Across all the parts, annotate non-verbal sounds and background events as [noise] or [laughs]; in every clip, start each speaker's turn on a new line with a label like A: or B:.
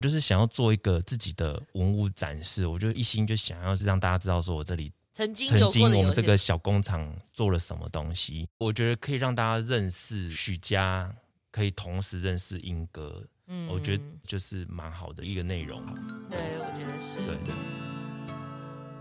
A: 就是想要做一个自己的文物展示，我就一心就想要让大家知道说我这里
B: 曾经
A: 曾
B: 有
A: 经
B: 过的
A: 我
B: 有
A: 们
B: 一
A: 这
B: 些
A: 个小工厂做了什么东西，我觉得可以让大家认识许家，可以同时认识英歌，
B: 嗯
A: 我觉得就是蛮好的一个内容。
B: 对，我觉得是。
A: 对对，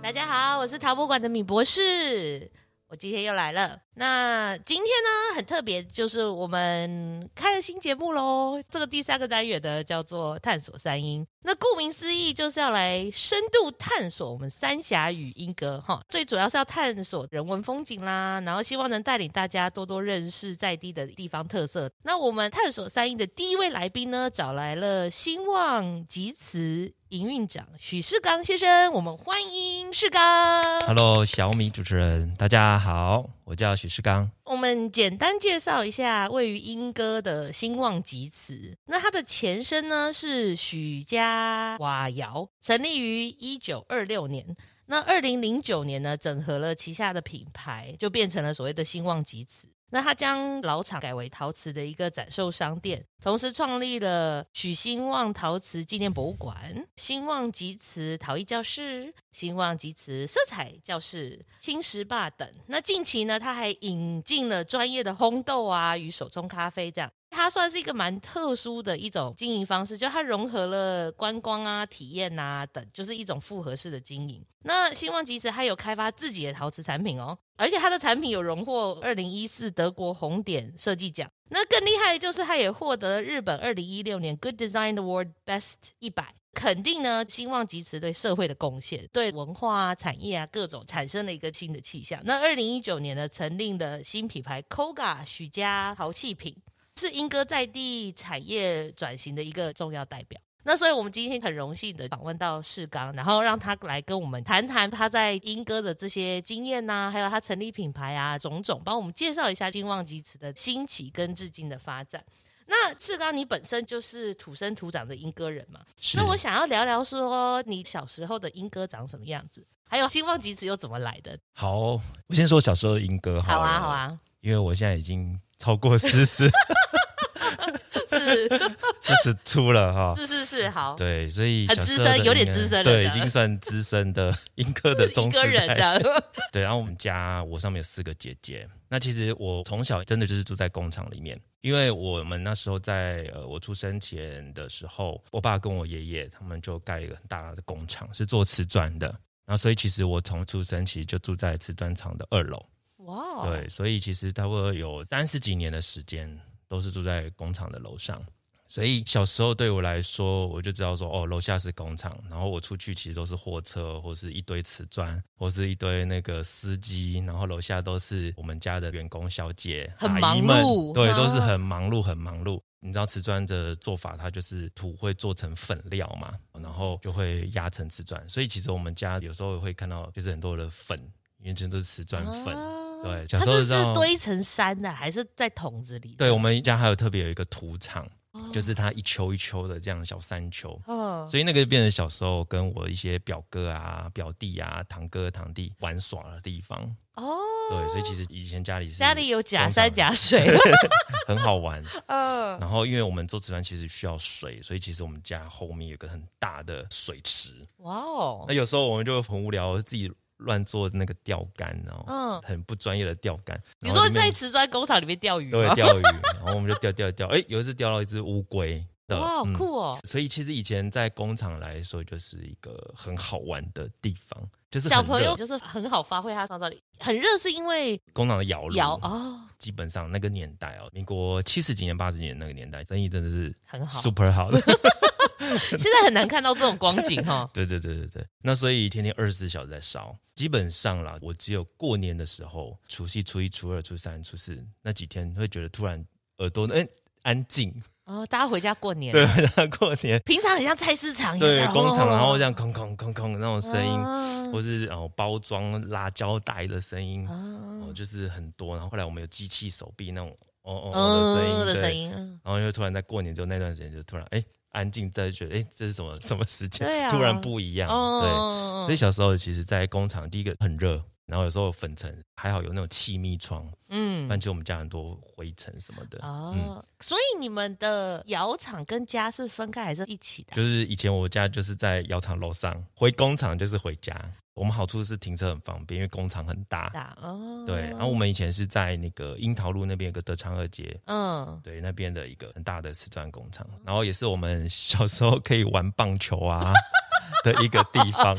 B: 大家好，我是陶博馆的米博士，我今天又来了。那今天呢，很特别，就是我们开了新节目喽。这个第三个单元呢，叫做“探索三英”。那顾名思义，就是要来深度探索我们三峡与英歌哈。最主要是要探索人文风景啦，然后希望能带领大家多多认识在地的地方特色。那我们探索三英的第一位来宾呢，找来了兴旺集词营运长许世刚先生，我们欢迎世刚。
A: Hello，小米主持人，大家好，我叫许世刚。
B: 我们简单介绍一下位于莺歌的兴旺集祠。那它的前身呢是许家瓦窑，成立于一九二六年。那二零零九年呢，整合了旗下的品牌，就变成了所谓的兴旺集祠。那它将老厂改为陶瓷的一个展售商店，同时创立了许兴旺陶瓷纪念博物馆、兴旺集瓷陶艺教室、兴旺集瓷色彩教室、青石坝等。那近期呢，它还引进了专业的烘豆啊与手冲咖啡这样。它算是一个蛮特殊的一种经营方式，就它融合了观光啊、体验啊等，就是一种复合式的经营。那兴旺集瓷它有开发自己的陶瓷产品哦，而且它的产品有荣获二零一四德国红点设计奖。那更厉害的就是，它也获得日本二零一六年 Good Design Award Best 一百，肯定呢兴旺集瓷对社会的贡献，对文化啊、产业啊各种产生了一个新的气象。那二零一九年呢，成立了新品牌 Koga 许家陶器品。是英歌在地产业转型的一个重要代表。那所以，我们今天很荣幸的访问到世刚，然后让他来跟我们谈谈他在英歌的这些经验呐、还有他成立品牌啊，种种，帮我们介绍一下金旺集瓷的兴起跟至今的发展。那世刚，你本身就是土生土长的英歌人嘛？
A: 是
B: 那我想要聊聊说，你小时候的英歌长什么样子，还有金旺集瓷又怎么来的？
A: 好，哦我先说小时候的英歌好
B: 好
A: 了
B: 啊，好，啊，
A: 因为我现在已经超过四
B: [laughs]
A: 十
B: 是
A: 四十出了哈。
B: 是是是，好，
A: 啊对，所以
B: 哦很
A: 小
B: 资
A: 时候的
B: 深有点
A: 英歌
B: 资深了
A: 对，已
B: 的
A: 经算资深
B: [laughs]
A: 的英歌的中
B: 英歌
A: 世
B: 人
A: 代
B: 这。样。 [laughs]
A: 对，然后我们家我上面有四个姐姐，那其实我从小真的就是住在工厂里面，因为我们那时候在呃我出生前的时候，我爸跟我爷爷他们就盖了一个很大的工厂，是做瓷砖的。然后，所以其实我从出生其实就住在瓷砖厂的二楼，
B: 哇哦，
A: 对，所以其实差不多有三十几年的时间都是住在工厂的楼上。所以小时候对我来说，我就知道说，哦，楼下是工厂，然后我出去其实都是货车，或是一堆瓷砖，或是一堆那个司机，然后楼下都是我们家的员工小姐，
B: 很
A: 阿姨
B: 忙
A: 们
B: 碌
A: 对，
B: 啊
A: 都是很忙碌，很忙碌。你知道瓷砖的做法，它就是土会做成粉料嘛，然后就会压成瓷砖，所以其实我们家有时候会看到，就是很多的粉，因为全都是瓷砖粉，
B: 啊
A: 对小
B: 它
A: 时候
B: 是
A: 是这
B: 是
A: 样
B: 堆成山的，啊还是在桶子里？
A: 对，我们家还有特别有一个土场，
B: 哦，
A: 就是它一丘一丘的这样小山丘，
B: 嗯，
A: 所以那个就变成小时候跟我一些表哥啊、表弟啊、堂哥堂弟玩耍的地方。
B: 哦，
A: 对，所以其实以前家里是
B: 家里有假
A: 工
B: 山
A: 厂
B: 假水，
A: [laughs] 很好玩。
B: 嗯，
A: 然后因为我们做瓷砖其实需要水，所以其实我们家后面有个很大的水池。
B: 哇哦
A: 那，有时候我们就很无聊，自己乱做那个钓竿，然后
B: 嗯，
A: 很不专业的钓竿。
B: 你
A: 然后
B: 说
A: 里面
B: 在瓷砖工厂里面钓鱼
A: 对
B: 吗？
A: 钓鱼，然后我们就钓钓钓，哎，有一次钓到一只乌龟的，
B: 哇，好
A: 嗯
B: 酷哦！
A: 所以其实以前在工厂来说，就是一个很好玩的地方，就是很
B: 小朋友
A: 热
B: 就是很好发挥他的创造力，很热是因为
A: 工厂的窑炉，
B: 窑哦，
A: 基本上那个年代哦，民国七十几年、八十年那个年代，生意真的是
B: 很好
A: super 好的。。
B: 现在很难看到这种光景哈
A: [laughs] 对对对对对，那所以天天二十四小时在烧，基本上啦，我只有过年的时候，除夕、初一、初二、初三、初四那几天，会觉得突然耳朵嗯安静， [laughs]
B: 哦，大家回家过年，
A: 对，过年
B: 平常很像菜市场一样，哦
A: 对
B: 哎然后
A: 工厂，然后这样空空空空那种声音，
B: 啊
A: 或是哦包装拉胶带的声音，
B: 啊
A: 哦，就是很多。然后后来我们有机器手臂那种哦哦哦的声音，
B: 嗯的
A: 对
B: 声。音，嗯
A: 然后又突然在过年之后那段时间，就突然哎安静，大家觉得哎这是什么什么时间？
B: 对啊
A: 突然不一样。对，
B: 哦
A: 所以小时候其实，在工厂第一个很热，然后有时候粉尘还好有那种气密窗，不
B: 嗯
A: 然，其实我们家很多灰尘什么的。嗯
B: 哦，所以你们的窑厂跟家是分开还是一起的啊？
A: 就是以前我家就是在窑厂楼上，回工厂就是回家。我们好处是停车很方便，因为工厂很大。
B: 大哦，
A: 对，然后我们以前是在那个樱桃路那边有个德昌二街，
B: 嗯， [laughs]
A: 对那边的一个很大的瓷砖工厂，然后也是我们小时候可以玩棒球啊的一个地方，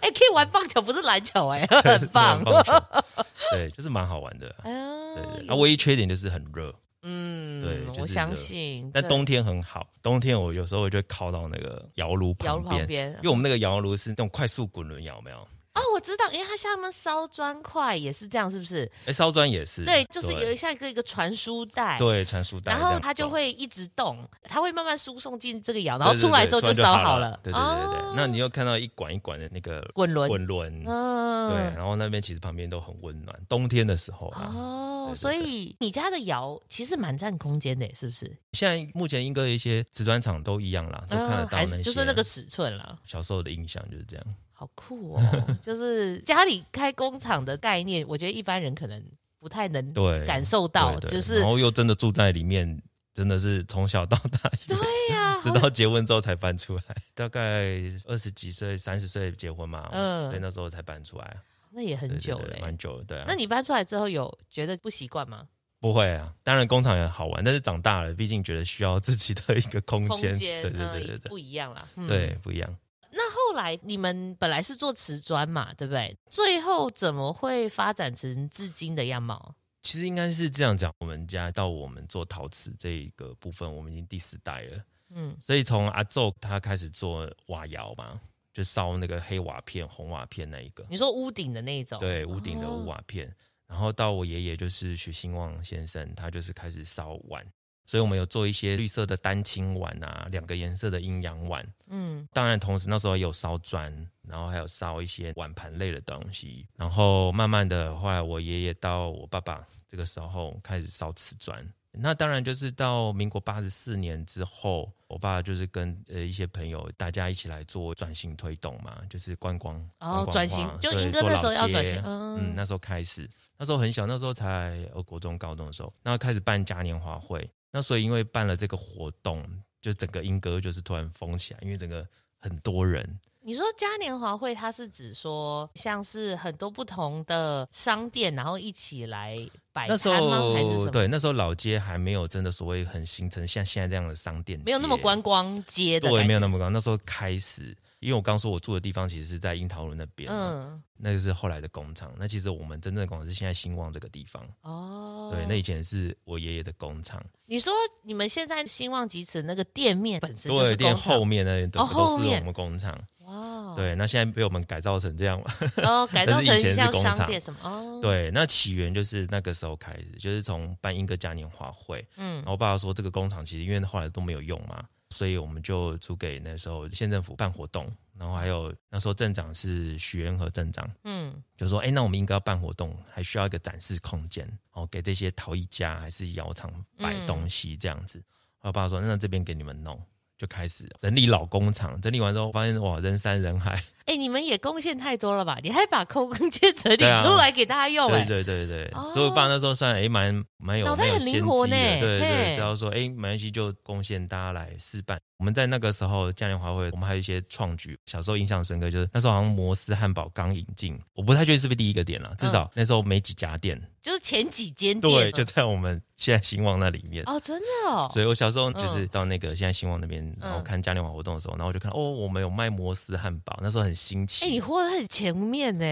B: 哎，可以玩棒球，不是篮
A: [laughs]
B: 球，哎， [laughs] 很棒
A: 玩。棒
B: [laughs]
A: 球，对，就是蛮好玩的。
B: 哎呀
A: 对对，
B: 有
A: 啊，唯一缺点就是很热，
B: 嗯，
A: 对就是
B: 我相信。
A: 但
B: 对
A: 冬天很好，冬天我有时候就会靠到那个窑炉
B: 窑
A: 旁
B: 炉
A: 边，
B: 旁边
A: 因为我们那个窑炉是那种快速滚轮窑，有没有？
B: 哦，我知道，因为它像他们烧砖块也是这样，是不是？
A: 哎，烧砖也是，
B: 对，就是有一像一个一个传输带，
A: 对传输带
B: 然
A: 这样走，
B: 后它就会一直动，它会慢慢输送进这个窑，然后
A: 对对
B: 出来
A: 对
B: 之后就
A: 突然
B: 烧
A: 好
B: 了。
A: 对对对对
B: 哦
A: 对，那你又看到一管一管的那个
B: 滚轮，
A: 滚轮，对，
B: 嗯，
A: 然后那边其实旁边都很温暖，冬天的时候啊。
B: 哦，
A: 对对
B: 所以你家的窑其实蛮占空间的，是不是？
A: 现在目前英哥的一些瓷砖厂都一样啦，都看得
B: 嗯，
A: 到那
B: 还是
A: 些。啊
B: 就是那个尺寸了。
A: 小时候的印象就是这样。
B: 好酷哦！就是家里开工厂的概念，我觉得一般人可能不太能
A: 对，
B: 感受到，
A: 对对
B: 就是
A: 然后又真的住在里面，真的是从小到
B: [laughs]
A: 大，
B: 对啊呀、
A: [laughs] 直到结婚之后才搬出来，大概二十几岁、三十岁结婚嘛，
B: 嗯
A: 所以那时候才搬出来，
B: 那也很
A: 对
B: 久
A: 对
B: 嘞、
A: 对蛮久的。对啊，
B: 那你搬出来之后有觉得不习惯吗？
A: 不会啊？当然工厂也好玩，但是长大了，毕竟觉得需要自己的一个空
B: 空
A: 间，
B: 间
A: 对对
B: 嗯
A: 对对对，
B: 不一样啦。嗯、。
A: 对不一样。
B: 那后来你们本来是做瓷砖嘛，对不对？最后怎么会发展成至今的样貌？
A: 其实应该是这样讲，我们家到我们做陶瓷这一个部分，我们已经第四代了。
B: 嗯
A: 所以从阿昼他开始做瓦窑嘛，就烧那个黑瓦片、红瓦片那一个，
B: 你说屋顶的那一种，
A: 对，屋顶的
B: 哦
A: 屋啊瓦片。然后到我爷爷就是许兴旺先生，他就是开始烧碗，所以我们有做一些绿色的丹青碗啊，两个颜色的阴阳碗。
B: 嗯
A: 当然，同时那时候也有烧砖，然后还有烧一些碗盘类的东西。然后慢慢的，后来我爷爷到我爸爸这个时候开始烧瓷砖。那当然就是到民国八十四年之后，我爸就是跟呃一些朋友大家一起来做转型推动嘛，就是观光观
B: 哦
A: 光化
B: 转型就
A: 对
B: 英哥
A: 做
B: 那时候
A: 老
B: 要转
A: 街
B: 型嗯
A: 嗯，那时候开始，那时候很小，那时候才呃国中高中的时候，那开始办嘉年华会，那所以因为办了这个活动，就整个英歌就是突然疯起来，因为整个很多人，
B: 你说嘉年华会，它是指说像是很多不同的商店，然后一起来摆
A: 那时
B: 摊吗？还是什
A: 候
B: 么？
A: 对，那时候老街还没有真的所谓很形成像现在这样的商店街，
B: 没有那么观光街的，
A: 对，没有那
B: 么。
A: 么高。那时候开始，因为我刚说我住的地方其实是在樱桃路那边，嗯，
B: 嗯，
A: 那个是后来的工厂。那其实我们真正的工厂是现在兴旺这个地方，
B: 哦，
A: 对，那以前是我爷爷的工厂，
B: 你说你们现在兴旺集瓷那个店面本身就是
A: 对，店
B: 工厂
A: 后面那边都
B: 哦
A: 都
B: 后
A: 是
B: 面
A: 我们工厂，
B: 哇，，
A: 对。那现在被我们改造成这样嘛？
B: 然后改造
A: [laughs] 但是以前
B: 成
A: 是
B: 像
A: 工
B: 商
A: 厂
B: 店什么哦，，
A: [laughs] 对，那起源就是那个时候开始，就是从办英歌嘉年华会，
B: 嗯
A: 然，后我爸爸说这个工厂其实因为后来都没有用嘛，所以我们就租给那时候县政府办活动，然后还有那时候镇长是许元和镇长，
B: 嗯
A: 就说，哎，那我们应该要办活动，还需要一个展示空间，哦，给这些陶艺家还是窑厂摆东西这样子。我爸说，那这边给你们弄，就开始整理老工厂，整理完之后发现哇，人山人海，
B: 哎，你们也贡献太多了吧？你还把空间 [laughs] 整理
A: 对啊
B: 出来给大家用，
A: 对
B: 哎，
A: 对对对，
B: 哦
A: 所以我爸那时候算哎蛮蛮有
B: 脑袋
A: 蛮有
B: 很
A: 先
B: 灵
A: 机的，
B: 活呢
A: 对对
B: 嘿
A: 对，知道说哎马来西亚就贡献大家来试办。我们在那个时候嘉年华会，我们还有一些创举，小时候印象深刻就是那时候好像摩斯汉堡刚引进，我不太确定是不是第一个店啦，至少那时候没几家店，
B: 就是前几间
A: 对，
B: 嗯店，
A: 就在我们现在兴旺那里面。
B: 哦，真的哦，
A: 所以我小时候就是到那个现在兴旺那边，然后
B: 嗯
A: 看嘉年华活动的时候，然后我就看哦，我们有卖摩斯汉堡，那时候很新奇。
B: 哎，你活得很前面呢。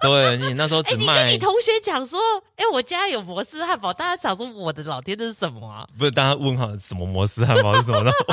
A: 对，你那时
B: [laughs]
A: 候
B: 哎、
A: 只
B: 你
A: 卖
B: 跟你同学讲说，哎、我家有摩斯汉堡，大家想说我的老天这是什么啊？ [laughs]
A: 不是大家问号什么摩斯汉堡是什么呢？ [laughs]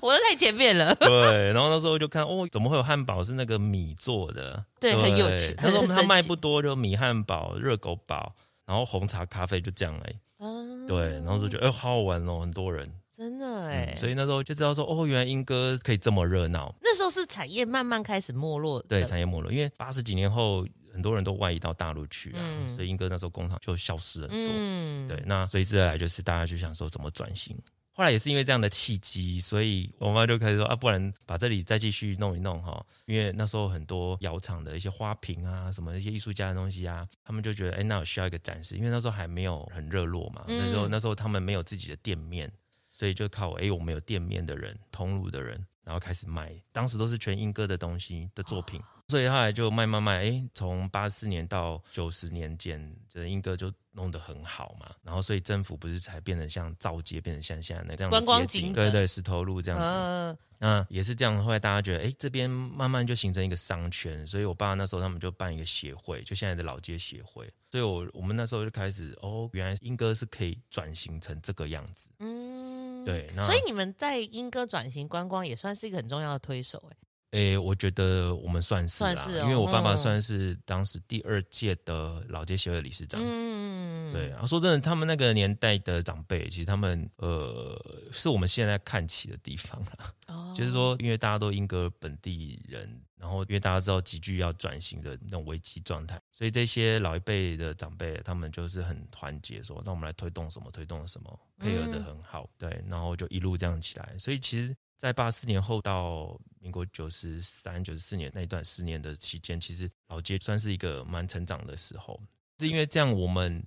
B: 我的太前面了。
A: 对，然后那时候就看哦，怎么会有汉堡是那个米做的？
B: 对很有趣
A: 他说
B: 很神
A: 他卖
B: 奇
A: 不多，就米汉堡、热狗堡，然后红茶、咖啡就这样哎、
B: 嗯，
A: 对，然后就觉得哎、好好玩哦，很多人。
B: 真的
A: 嗯
B: 哎、
A: 所以那时候就知道说哦，原来英歌可以这么热闹。
B: 那时候是产业慢慢开始没落的。
A: 对，产业没落，因为八十几年后很多人都外移到大陆去啊，
B: 嗯
A: 所以英歌那时候工厂就消失很多。
B: 嗯，
A: 对，那随之而来就是大家就想说怎么转型，后来也是因为这样的契机，所以我妈就开始说啊，不然把这里再继续弄一弄哈。因为那时候很多窑厂的一些花瓶啊，什么一些艺术家的东西啊，他们就觉得哎，那我需要一个展示，因为那时候还没有很热络嘛，
B: 嗯
A: 那时候那时候他们没有自己的店面，所以就靠我哎，我们有店面的人，同路的人，然后开始卖，当时都是全英歌的东西的作品。
B: 哦
A: 所以后来就卖卖卖，哎，从八四年到九十年间，就是英歌就弄得很好嘛，然后所以政府不是才变成像造街，变成像现在那这样的
B: 观光
A: 街景
B: 景
A: 对
B: 的
A: 对，石头路这样子，
B: 嗯，
A: 那也是这样，后来大家觉得，哎，这边慢慢就形成一个商圈，所以我爸那时候他们就办一个协会，就现在的老街协会。所以我我们那时候就开始，哦，原来英歌是可以转型成这个样子。
B: 嗯，
A: 对，那
B: 所以你们在英歌转型观光也算是一个很重要的推手、欸，
A: 诶，我觉得我们算是啦，
B: 算是哦
A: 因为我爸爸
B: 嗯
A: 算是当时第二届的老街协会理事长。
B: 嗯，
A: 对，啊，说真的，他们那个年代的长辈，其实他们呃，是我们现在看齐的地方啦。
B: 哦
A: 就是，说，因为大家都英格本地人，然后因为大家知道急剧要转型的那种危机状态，所以这些老一辈的长辈他们就是很团结说，那我们来推动什么，推动什么，配合的很好，对，然后就一路这样起来。所以其实，在八四年后到民国九十三、九十四年那一段十年的期间，其实老街算是一个蛮成长的时候，是因为这样我们。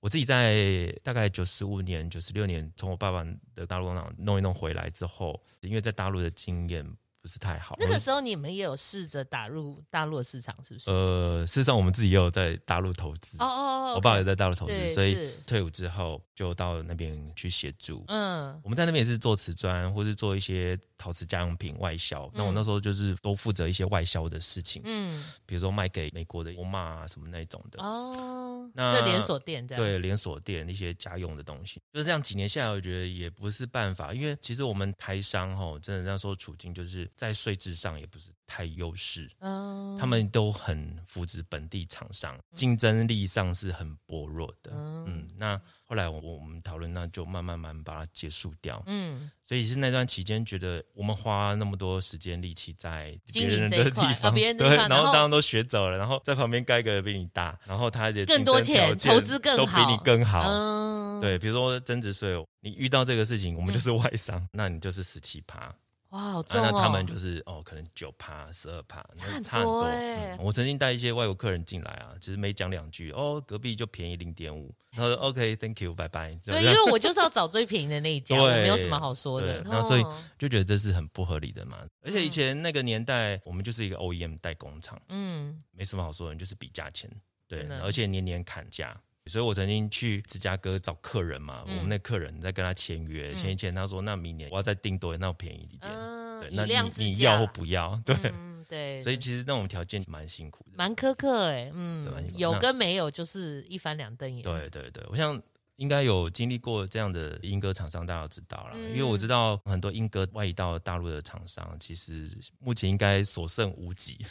A: 我自己在大概九十五年、九十六年从我爸爸的大陆工厂弄一弄回来之后，因为在大陆的经验不是太好，
B: 那个时候你们也有试着打入大陆的市场，是不是？
A: 呃，事实上我们自己也有在大陆投资，
B: 哦哦哦，
A: 我爸也
B: OK
A: 在大陆投资，
B: 对
A: 所以
B: 是
A: 退伍之后就到那边去协助。
B: 嗯
A: 我们在那边也是做瓷砖，或是做一些陶瓷家用品外销。那我那时候就是都负责一些外销的事情，
B: 嗯
A: 比如说卖给美国的沃玛啊什么那一种的。
B: 哦，
A: 那
B: 就连锁店这样，
A: 对连锁店一些家用的东西，就是这样。几年下来，我觉得也不是办法，因为其实我们台商吼，真的那时候处境就是在税制上也不是太优势，
B: 嗯，
A: 他们都很扶持本地厂商，竞争力上是很薄弱的。
B: 嗯
A: 嗯那后来我我们讨论，那就慢慢慢慢把它结束掉。
B: 嗯
A: 所以是那段期间，觉得我们花那么多时间力气在别
B: 经营
A: 人
B: 这一
A: 的
B: 块
A: 地方，
B: 啊别人的地
A: 对，
B: 方
A: 然
B: 然后
A: 后当然都学走了，然后在旁边盖一个比你大，然后他的
B: 更多
A: 竞争条
B: 钱
A: 件
B: 投资更
A: 都比你
B: 好
A: 更好。
B: 嗯，
A: 对，比如说增值税，你遇到这个事情，我们就是外商，那你就是十七趴，
B: 哇，好
A: 啊
B: 重哦，
A: 那他们就是哦，可能九趴、十二趴，
B: 差很
A: 那差很多。
B: 多欸
A: 嗯我曾经带一些外国客人进来啊，只是没讲两句，哦，隔壁就便宜零点五，他说 OK，Thank you，拜拜。就
B: 对，
A: 这
B: 因
A: 样
B: 为我就是要找最便宜的那一家，
A: 对
B: 我没有什么好说的。
A: 对那所以
B: 哦
A: 就觉得这是很不合理的嘛。而且以
B: 嗯
A: 前那个年代，我们就是一个 OEM 代工厂，
B: 嗯，
A: 没什么好说的，你就是比价钱，对
B: 真的，
A: 而且年年砍价。所以我曾经去芝加哥找客人嘛，
B: 嗯
A: 我们那客人在跟他签约，
B: 嗯
A: 签一签，他说那明年我要再订多，那我便宜一点，
B: 嗯
A: 对，
B: 以
A: 那
B: 量
A: 你
B: 制
A: 你
B: 价
A: 要或不要， [laughs] 对，
B: 嗯，
A: [laughs]
B: 对，
A: 所以其实那种条件蛮辛苦的，
B: 蛮苛刻哎，
A: 对蛮辛
B: 嗯，
A: 苦
B: 有
A: 那
B: 跟没有就是一翻两瞪眼。，
A: 对对对，我想应该有经历过这样的英歌厂商，大家都知道啦，
B: 嗯
A: 因为我知道很多英歌外移到大陆的厂商，其实目前应该所剩无几，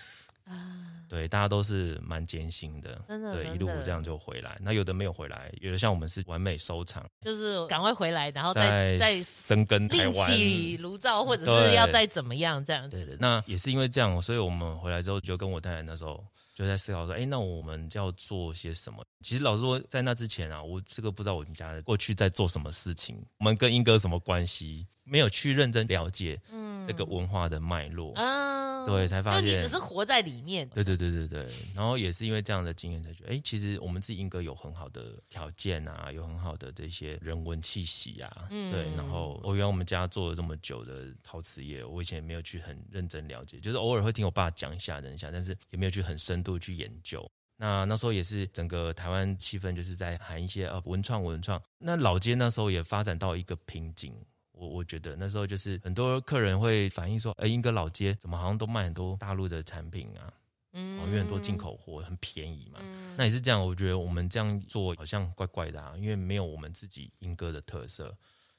A: [laughs] 对，大家都是蛮艰辛的，
B: 啊真的
A: 对，
B: 真
A: 一路
B: 的
A: 这样就回来，那有的没有回来，有的像我们是完美收场，
B: 就是赶快回来，然后再再
A: 在生根台
B: 哦另
A: 湾。
B: 起炉灶，或者是
A: 对
B: 要再怎么样这样
A: 对
B: 子。
A: 的，那也是因为这样，所以我们回来之后就跟我太太那时候就在思考说，哎，那我们要做些什么？其实老实说，在那之前啊，我这个不知道我们家过去在做什么事情，我们跟英哥什么关系，没有去认真了解
B: 嗯
A: 这个文化的脉络。
B: 嗯
A: 对才发
B: 就你
A: 现
B: 只是活在里面。
A: 对对对对对，然后也是因为这样的经验才觉得，哎，其实我们自己英哥有很好的条件啊，有很好的这些人文气息啊，
B: 嗯
A: 对。然后我原来我们家做了这么久的陶瓷业，我以前也没有去很认真了解，就是偶尔会听我爸讲一下、讲一下，但是也没有去很深度去研究。那那时候也是整个台湾气氛就是在喊一些呃文创文创，那老街那时候也发展到一个瓶颈。我我觉得那时候就是很多客人会反映说，哎，英哥老街怎么好像都卖很多大陆的产品啊？
B: 嗯
A: 哦，因为很多进。口货很便宜嘛。
B: 嗯
A: 那也是这样，我觉得我们这样做好像怪怪的啊，因为没有我们自己英歌的特色，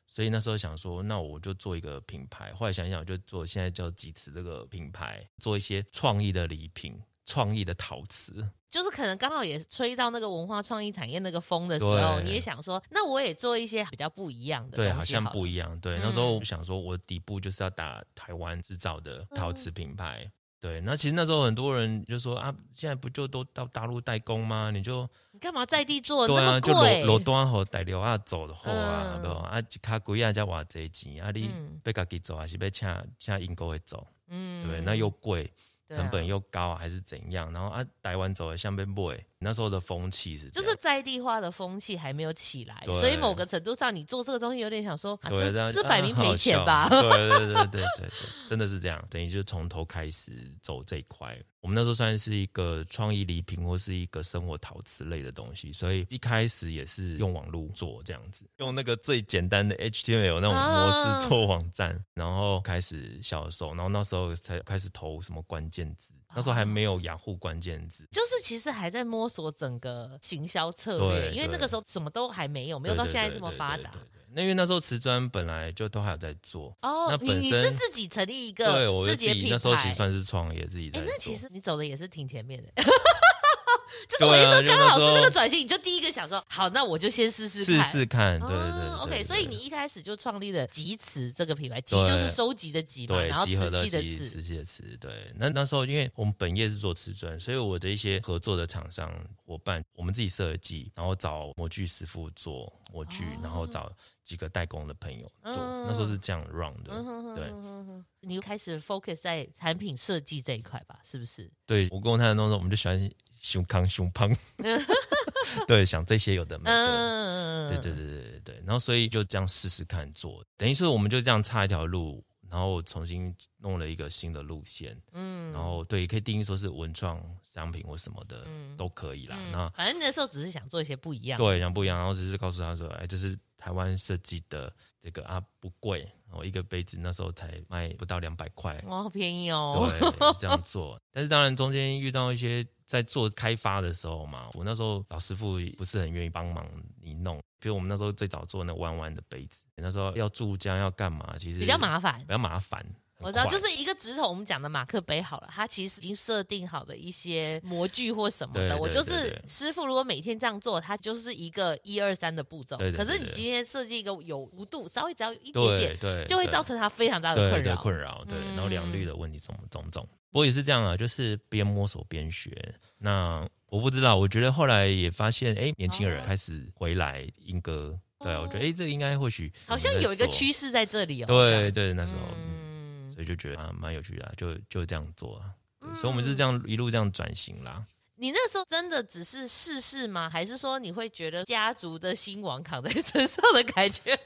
A: 所以那时候想说，那我就做一个品牌。后来想一想，我就做现在叫吉瓷这个品牌，做一些创意的礼品、创意的陶瓷。
B: 就是可能刚好也吹到那个文化创意产业那个风的时候，
A: 对
B: 你也想说，那我也做一些比较不一样的
A: 对，
B: 东
A: 好
B: 西
A: 像
B: 了
A: 不一样。对，
B: 嗯
A: 那时候我想说，我底部就是要打台湾制造的陶瓷品牌。对，那其实那时候很多人就说啊，现在不就都到大陆代工吗？你就
B: 你干嘛在地做
A: 对
B: 哦那
A: 啊，
B: 么
A: 就罗
B: 贵？
A: 罗端和带流啊走的后啊，
B: 嗯
A: 对吧？啊，一卡贵啊，加偌济钱啊，你
B: 嗯
A: 被家己走还是被请请英国的走，对
B: 嗯
A: 不对？那又贵，
B: 对啊
A: 成本又高还是怎样？然后啊，台湾走的像被卖，那时候的风气是这
B: 就
A: 样
B: 是在地化的风气还没有起来，
A: 对
B: 所以某个程度上，你做这个东西有点想说，啊、
A: 对，
B: 这
A: 样
B: 这
A: 啊
B: 摆明
A: 好
B: 赔钱
A: 笑
B: 吧？ [laughs]
A: 对对对对对对对，真的是这样，等于就是从头开始走这一块。我们那时候算是一个创意礼品或是一个生活陶瓷类的东西，所以一开始也是用网络做这样子，用那个最简单的 HTML 那种模
B: 啊
A: 式做网站，然后开始销售，然后那时候才开始投什么关键字，那时候还没有雅虎关键字，
B: 就是其实还在摸索整个行销策
A: 对
B: 略，因为那
A: 对
B: 个时候什么都还没有，没有
A: 对
B: 到
A: 对
B: 现在
A: 对
B: 这么
A: 对
B: 发
A: 对
B: 达
A: 对。对那因为那时候瓷砖本来就都还有在做，
B: 哦
A: 那，
B: 你
A: 本
B: 你是
A: 身
B: 自己成立一
A: 对，
B: 个
A: 我就
B: 己的品牌，
A: 那时候其实算是创业，自己在
B: 哎、
A: 做。
B: 那其实你走的也是挺前面的，就是
A: 对
B: 我就
A: 啊
B: 说
A: 就
B: 刚
A: 那时
B: 好是
A: 候
B: 那个转型，你就第一个想说，好，那我就先试试
A: 试
B: 看。
A: 试看，对对对
B: 哦 OK，
A: 对
B: 所以
A: 对
B: 你一开始就创立了集词这个品牌，集
A: 对
B: 就是收集的集嘛，
A: 对
B: 然后
A: 集合
B: 瓷器的
A: 集
B: 瓷
A: 瓷，器的瓷，对。那那时候因为我们本业是做瓷砖，所以我的一些合作的厂商伙伴，我们自己设计，然后找模具师傅做模具，然
B: 哦
A: 后找几个代工的朋友做。
B: 嗯
A: 那时候是这样 run 的，对。
B: 你又开始 focus 在产品设计这一块吧，是不是？
A: 对我跟我太太那时候，我们就喜欢胸康胸胖，
B: [laughs]
A: [laughs] 对，想这些有的没的。
B: 嗯，
A: 对对对对对对，然后所以就这样试试看做，等于是我们就这样插一条路，然后重新弄了一个新的路线，
B: 嗯，
A: 然后对，可以定义说是文创商品或什么的、都可以啦。
B: 嗯
A: 那
B: 反正那时候只是想做一些不一样，
A: 对，然后不一样，然后只是告诉他说，哎，这是台湾设计的这个啊，不贵，然后一个杯子那时候才卖不到两百块，
B: 哇，好便宜哦，
A: 对，这样做。但是当然中间遇到一些在做开发的时候嘛，我那时候老师傅不是很愿意帮忙你弄。比如我们那时候最早做那个弯弯的杯子，那时候要注浆要干嘛，其实
B: 比较麻烦
A: 比。较麻烦。
B: 我知道，
A: 很快
B: 就是一个直筒，我们讲的马克杯好了，它其实已经设定好的一些模具或什么的。
A: 对
B: 我
A: 对
B: 就
A: 对
B: 是
A: 对
B: 师傅，如果每天这样做，它就是一个一二三的步骤。
A: 对对对
B: 可是你
A: 对
B: 今天设计一个有弧度，稍微只要有一点
A: 对
B: 点，
A: 对，
B: 就会
A: 对
B: 造成它非常大的
A: 对
B: 困
A: 对
B: 扰。
A: 困扰，对，然后良率
B: 嗯
A: 的问题种种种。不过也是这样啊，就是边摸索边学。那我不知道，我觉得后来也发现，哎，年轻人
B: 哦
A: 开始回来英歌，对啊，我觉得哎，这个应该或许
B: 好像有一个趋势在这里哦。这
A: 对
B: 样，
A: 对，那时候，嗯
B: 嗯，
A: 所以就觉得啊，蛮有趣的啊、就就这样做啊。对所以我们是
B: 嗯
A: 这样一路这样转型啦。
B: 你那时候真的只是试试吗？还是说你会觉得家族的兴亡扛在身上的感觉？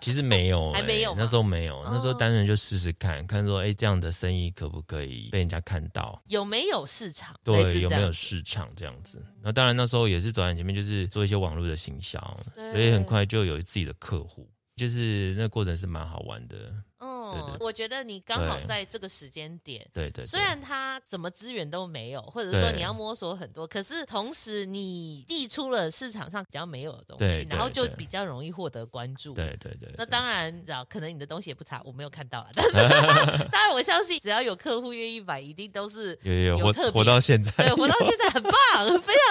A: 其实没有、
B: 还
A: 欸
B: 没有哦吗
A: 那时候没有，那时候单纯就试试看，看说哎、诶这样的生意可不可以被人家看到，
B: [laughs] 有没有市场？类似
A: 对，
B: 这
A: 有
B: 样
A: 没有市场这样子。那当然那时候也是走在你前面，就是做一些网络的行销，
B: 对
A: 所以很快就有自己的客户，就是那过程是蛮好玩的。
B: 哦
A: 对，
B: 我觉得你刚好
A: 对
B: 在这个时间点。
A: 对对对
B: 虽然它什么资源都没有，或者说
A: 对
B: 你要摸索很多，可是同时你递出了市场上比较没有的东
A: 对
B: 西，
A: 对
B: 然后就
A: 对
B: 比较容易获得关注。
A: 对对对，
B: 那
A: 对
B: 当然，你知道，可能你的东西也不差，我没有看到了。啊
A: [laughs]
B: 但是，当然我相信，只要有客户愿意买，一定都
A: [laughs]
B: 是
A: 有有有
B: 有
A: 活
B: 特别
A: 活到现在，
B: 对活到现在很棒，非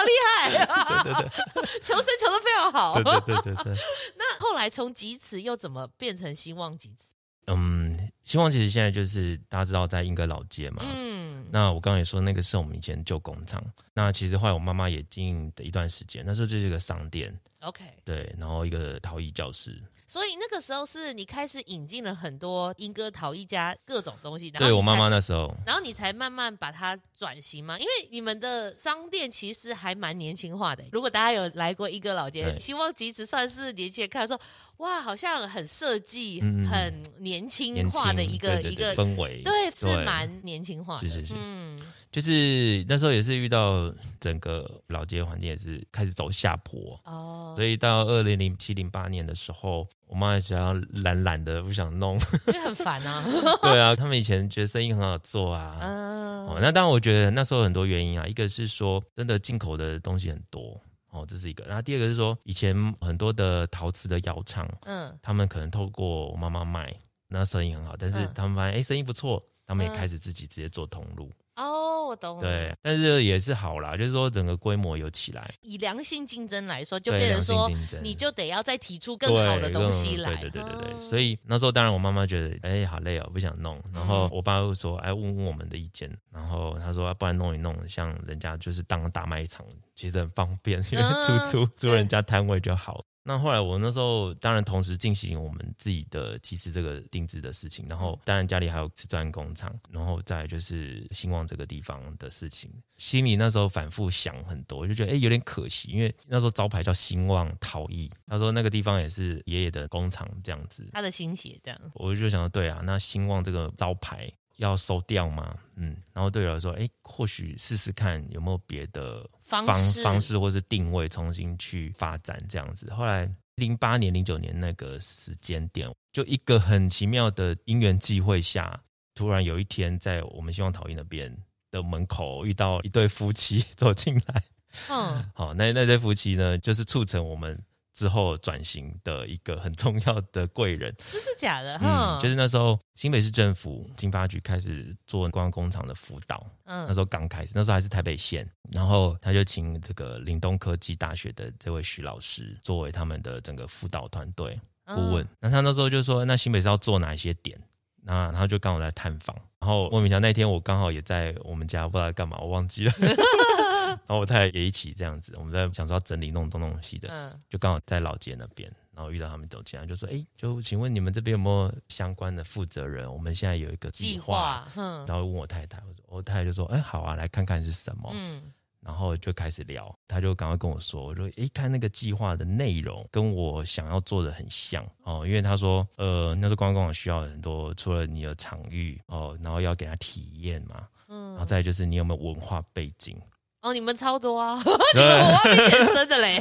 B: 常厉害，
A: 对对
B: [laughs] 求生求的非常好。
A: 对对对对对对。
B: 那 [laughs] 后来从集词又怎么变成兴旺集词？
A: 嗯，希望其实现在就是大家知道在英歌老街嘛，
B: 嗯，
A: 那我刚刚也说，那个是我们以前旧工厂。那其实后来我妈妈也经营的一段时间，那时候就是一个商店，
B: OK，
A: 对，然后一个陶艺教室。
B: 所以那个时候是你开始引进了很多英歌陶艺家各种东西，然后
A: 对
B: 你
A: 我妈
B: 才
A: 妈，那时候，
B: 然后你才慢慢把它转型嘛。因为你们的商店其实还蛮年轻化的。欸如果大家有来过英歌老街，
A: 对
B: 希望集子算是年轻人看说，哇，好像很设计、
A: 嗯嗯嗯
B: 很年轻
A: 年轻
B: 化的一个
A: 对对
B: 一个
A: 对，氛围，
B: 对，是
A: 对
B: 蛮年轻化的。
A: 是是是
B: 嗯，
A: 就是那时候也是遇到整个老街环境也是开始走下坡，
B: 哦，
A: 所以到二零零七零八年的时候，我妈想要懒懒的不想
B: [laughs]
A: 弄，
B: 因为很烦
A: [laughs]
B: 啊。
A: 对啊，他们以前觉得生意很好做啊，
B: 嗯，
A: 哦，那当然，我觉得那时候很多原因啊，一个是说真的进口的东西很多，哦，这是一个。然后第二个是说，以前很多的陶瓷的窑厂，
B: 嗯，
A: 他们可能透过我妈妈卖，那生意很好，但是
B: 嗯
A: 他们发现哎、诶生意不错，他们也
B: 嗯
A: 开始自己直接做通路，
B: 哦，我懂了。
A: 对，但是也是好啦，就是说整个规模有起来，
B: 以良性竞争来说，就
A: 对
B: 变成
A: 良
B: 说
A: 性竞争
B: 你就得要再提出更好的
A: 对嗯
B: 东西来。
A: 对对对对对，
B: 哦
A: 所以那时候当然我妈妈觉得，哎、好累哦，不想弄。然后我爸又说，哎，问问我们的意见。然后他说，啊、不然弄一弄，像人家就是当大卖场，其实很方便，因为租
B: 嗯
A: 租、租
B: 对
A: 人家摊位就好。那后来我那时候当然同时进行我们自己的集资这个定制的事情，然后当然家里还有瓷砖工厂，然后再来就是兴旺这个地方的事情，心里那时候反复想很多，我就觉得哎、诶有点可惜，因为那时候招牌叫兴旺陶艺，他说那个地方也是爷爷的工厂这样子，
B: 他的心血这样，
A: 我就想到对啊，那兴旺这个招牌要收掉吗？嗯，然后对我来说，哎、或许试试看有没有别的
B: 方式
A: 方式或是定位重新去发展这样子。后来零八年、零九年那个时间点，就一个很奇妙的因缘际会下，突然有一天在我们希望讨厌那边的门口遇到一对夫妻走进来， [laughs]
B: 嗯，
A: 好，那那对夫妻呢，就是促成我们。之后转型的一个很重要的贵人，
B: 真是假的？哈、
A: 嗯，就是那时候新北市政府经发局开始做观光工厂的辅导，那
B: 嗯
A: 时候刚开始，那时候还是台北县，然后他就请这个岭东科技大学的这位徐老师作为他们的整个辅导团队
B: 嗯
A: 顾问。那他那时候就说，那新北是要做哪些点？那他就刚好在探访，然后莫名其妙那天我刚好也在我们家，不知道在干嘛，我忘记了。然后我太太也一起这样子，我们在想说要整理弄东弄西的，
B: 嗯
A: 就刚好在老街那边，然后遇到他们走进来，就说：“哎，就请问你们这边有没有相关的负责人？我们现在有一个
B: 计
A: 计划，
B: 划，嗯
A: 然后问我太太，我说我太太就说，哎，好啊，来看看是什么，
B: 嗯
A: 然后就开始聊，她就赶快跟我说，我说，哎，看那个计划的内容跟我想要做的很像哦，因为她说，呃，那是观光网需要很多，除了你的场域哦，然后要给他体验嘛，然后
B: 嗯，
A: 再来就是你有没有文化背景，
B: 哦，你们超多啊， [laughs] 我
A: 对
B: 外面延伸的
A: [laughs]
B: 嘞，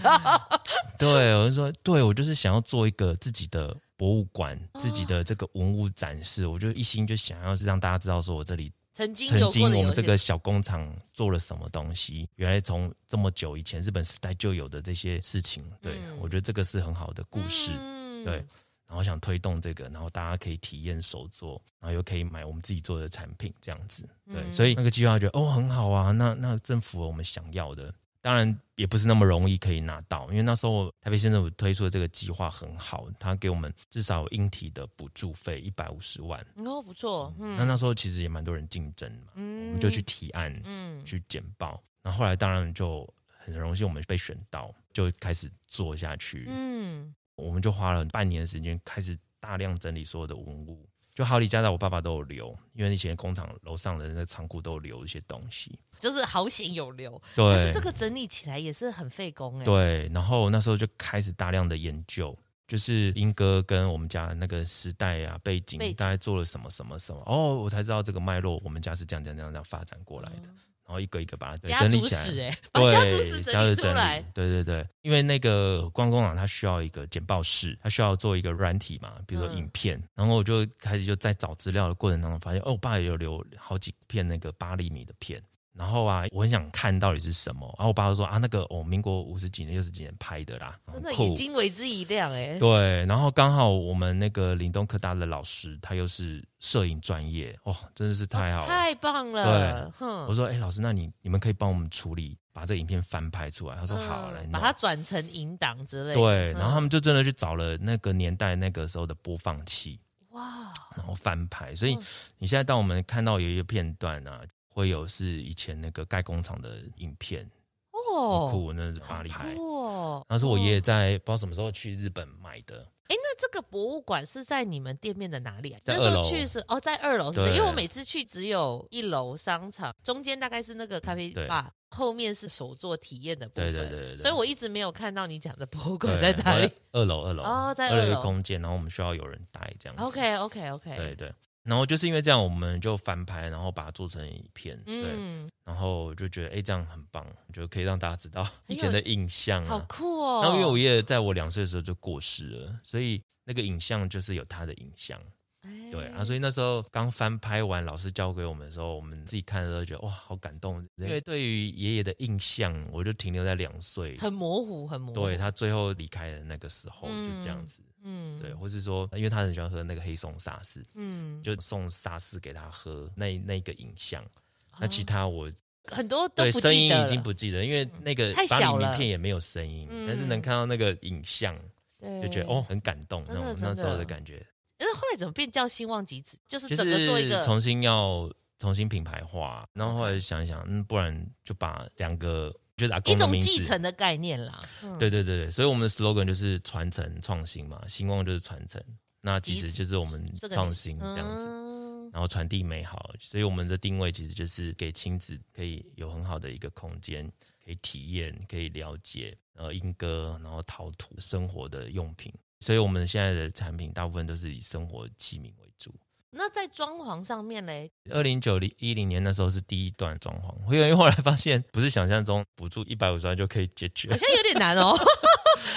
A: 对，我就说，对我就是想要做一个自己的。博物馆
B: 哦
A: 自己的这个文物展示，我就一心就想要是让大家知道，说我这里
B: 曾经
A: 曾
B: 有
A: 经
B: 过的
A: 我
B: 有
A: 们
B: 些
A: 这个小工厂做了什么东西？原来从这么久以前日本时代就有的这些事情，对、
B: 嗯
A: 我觉得这个是很好的故事，
B: 嗯
A: 对。然后想推动这个，然后大家可以体验手作，然后又可以买我们自己做的产品，这样子，对。
B: 嗯
A: 所以那个计划觉得哦很好啊，那那政府我们想要的，当然也不是那么容易可以拿到，因为那时候台北县政府推出的这个计划很好，他给我们至少有硬体的补助费一百五十万，
B: 哦，不错，嗯，
A: 那那时候其实也蛮多人竞争嘛，我们就去提案，
B: 嗯
A: 去简报。然后后来当然就很荣幸我们被选到，就开始做下去。
B: 嗯
A: 我们就花了半年的时间，开始大量整理所有的文物，就好几家在我爸爸都有留，因为以前工厂楼上的那个仓库都有留一些东西。
B: 就是好险有留，但
A: 对
B: 是这，个整理起来也是很费工哎、
A: 对。然后那时候就开始大量的研究。就是英哥跟我们家那个时代啊背景
B: 背景，
A: 大概做了什么什么什么哦，我才知道这个脉络，我们家是这样这样这样这样发展过来的，然后一个一个把它
B: 哦家
A: 整理
B: 族
A: 起来。
B: 史哎、把
A: 对，
B: 家族史整理出来，
A: 对对对，因为那个观光网它需要一个简报室，它需要做一个软体嘛，比如说
B: 嗯
A: 影片，然后我就开始就在找资料的过程当中发现，哦，我爸也有留好几片那个八厘米的片。然后啊，我很想看到底是什么。然后我爸就说啊，那个哦，民国五十几年、六十几年拍的啦，
B: 真的
A: 很酷
B: 已经为之一亮哎、
A: 对，然后刚好我们那个岭东科大的老师，他又是摄影专业，哇、真的是太好了，
B: 太棒了，
A: 我
B: 哼，
A: 说：“哎、老师，那你你们可以帮我们处理，把这个影片翻拍出来。”他说：“好，来
B: 嗯
A: 弄。
B: 把它转成引档之类的，
A: 对，然后他
B: 嗯
A: 们就真的去找了那个年代那个时候的播放器，
B: 哇，
A: 然后翻拍。所以
B: 嗯
A: 你现在当我们看到有一个片段啊，会有是以前那个盖工厂的影片，很
B: 哦，
A: 酷，那是巴黎拍。
B: 酷哦，
A: 那是我爷
B: 哦
A: 爷在不知道什么时候去日本买的，
B: 哎，那这个博物馆是在你们店面的哪里啊？
A: 在
B: 那
A: 二
B: 时候
A: 楼
B: 去是哦，在二楼是不是，
A: 对
B: 因为我每次去只有一楼商场，中间大概是那个咖啡
A: 嗯对
B: 吧，后面是手作体验的部
A: 对
B: 分，
A: 对对对对
B: 所以我一直没有看到你讲的博物馆
A: 对，
B: 在哪 [laughs] 里。
A: 我二楼，二楼
B: 哦在
A: 二
B: 二
A: 楼
B: 楼
A: 的空间，然后我们需要有人带这样子。
B: OK OK OK，
A: 对对。然后就是因为这样，我们就翻拍，然后把它做成影片。对，
B: 嗯，
A: 然后我就觉得哎、诶这样很棒，就可以让大家知道以
B: 有
A: 前的印象
B: 好
A: 啊。
B: 酷哦。
A: 然后因为我爷爷在我两岁的时候就过世了，所以那个影像就是有他的影像。
B: 哎
A: 对啊，所以那时候刚翻拍完，老师教给我们的时候，我们自己看的时候觉得哇，好感动，因为对于爷爷的印象，我就停留在两岁。
B: 很模糊，很模糊。
A: 对他最后离开的那个时候
B: 嗯
A: 就这样子，
B: 嗯，
A: 对，，或是说，因为他很喜欢喝那个黑松沙士，
B: 嗯，
A: 就送沙士给他喝，那那个影像。
B: 哦
A: 那其他我
B: 很多都
A: 对，
B: 不
A: 声
B: 记
A: 音
B: 得
A: 已
B: 了。嗯
A: 经不记得，因为那个
B: 太
A: 把
B: 小
A: 你
B: 了
A: 名片也没有声音，
B: 嗯
A: 但是能看到那个影像，
B: 对
A: 就觉得哦，很感动，那
B: 真的
A: 种
B: 真
A: 那
B: 的
A: 时候的感觉，
B: 那后来怎么变叫兴旺集子？就是
A: 就
B: 整个做一
A: 是
B: 个
A: 重新要重新品牌化，然后后
B: OK
A: 来想一想，嗯，不然就把两个就是阿
B: 一
A: 公的
B: 种
A: 名
B: 继
A: 字。
B: 承的概念啦。嗯
A: 对对对对，所以我们的 slogan 就是传承创新嘛，兴旺就是传承，那其
B: 集
A: 实
B: 子
A: 就是我们
B: 这个嗯
A: 创新这样子，
B: 子。
A: 然后传递美好，所以我们的定位其实就是给亲子可以有很好的一个空间，可以体验，可以了解，呃，莺歌，然后陶土生活的用品，所以我们现在的产品大部分都是以生活器皿为主。
B: 那在装潢上
A: [laughs]
B: 面嘞，
A: 二零九零一零年那时候是第一段装潢，因为后来发现不是想象中补助一百五十万就可以解决
B: 好，像有点难哦。 [laughs]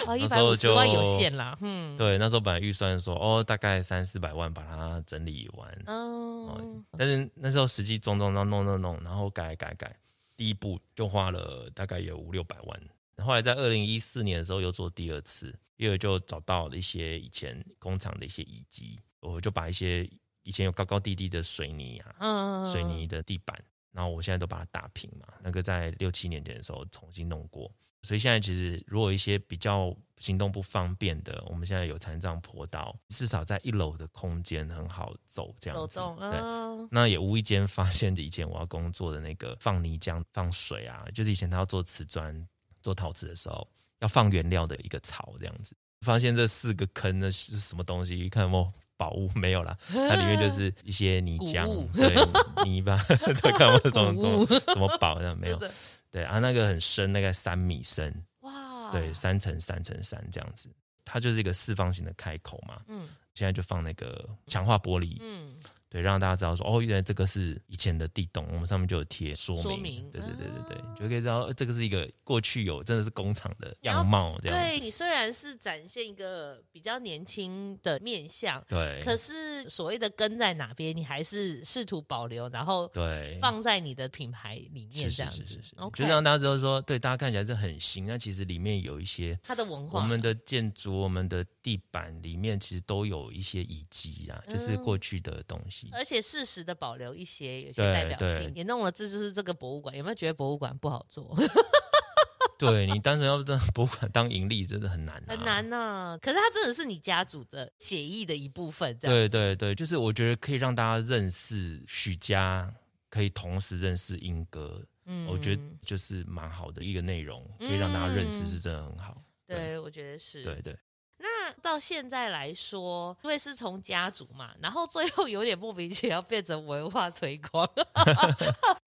B: 啊，一
A: 那时
B: 百五
A: 候
B: 十
A: 就
B: 万有限啦。嗯，
A: 对，那时候本来预算说哦，大概三四百万把它整理完，哦
B: 嗯，
A: 但是那时候实际种种弄弄弄弄，然后改改改，第一步就花了大概有五六百万。后来在二零一四年的时候又做第二次，因为就找到了一些以前工厂的一些遗迹，我就把一些以前有高高低低的水泥啊、
B: 嗯，
A: 水泥的地板，然后我现在都把它打平嘛。那个在六七年前的时候重新弄过，所以现在其实如果有一些比较行动不方便的，我们现在有残障坡道，至少在一楼的空间很好走这样
B: 走
A: 子。
B: 动，
A: 对，
B: 嗯，
A: 那也无意间发现的，以前我要工作的那个放泥浆、放水啊，就是以前他要做瓷砖、做陶瓷的时候，要放原料的一个槽这样子。发现这四个坑呢是什么东西？一看有没有宝物没
B: [laughs]
A: 有啦，它里面就是一些泥浆
B: 谷物、
A: 对泥巴， [laughs] 对，看我
B: [laughs]
A: 怎
B: 谷物
A: 么怎么怎么宝这样没有
B: 真？的
A: 对啊，那个很深，大概三米深，
B: 哇，
A: 对，三乘三乘三这样子，它就是一个四方形的开口嘛。
B: 嗯
A: 现在就放那个强化玻璃，
B: 嗯，
A: 对，让大家知道说，哦，原来这个是以前的地洞，我们上面就有贴说明，
B: 说明
A: 对对对对对，
B: 啊
A: 就可以知道、呃这个是一个过去有真的是工厂的
B: 然后
A: 样貌这样
B: 对
A: 子，
B: 你虽然是展现一个比较年轻的面相，
A: 对
B: 可
A: 对
B: 是所谓的根在哪边，你还是试图保留，然后放在你的品牌里面
A: 是
B: 这
A: 是
B: 样
A: 是
B: 子
A: 是是。
B: OK，
A: 就让大家知道说，对，大家看起来是很新，那其实里面有一些
B: 它的文化，
A: 我们的建筑、我们的地板里面其实都有一些遗迹啊，就是
B: 嗯呃
A: 过去的东西。
B: 而且适时的保留一些有些
A: 对
B: 代表性
A: 对，
B: 也弄了，这就是这个博物馆。有没有觉得博物馆不好做？ [laughs]
A: 对你单纯要当博物馆当盈利，真的很难、啊，
B: 很难呐、可是它真的是你家族的写意的一部分，这样。
A: 对对对，就是我觉得可以让大家认识许家，可以同时认识英哥，
B: 嗯
A: 我觉得就是蛮好的一个内容，可以让大家认识是真的很好。
B: 对，我觉得是。
A: 对对，
B: 那到现在来说，因为是从家族嘛，然后最后有点莫名其妙变成文化推广，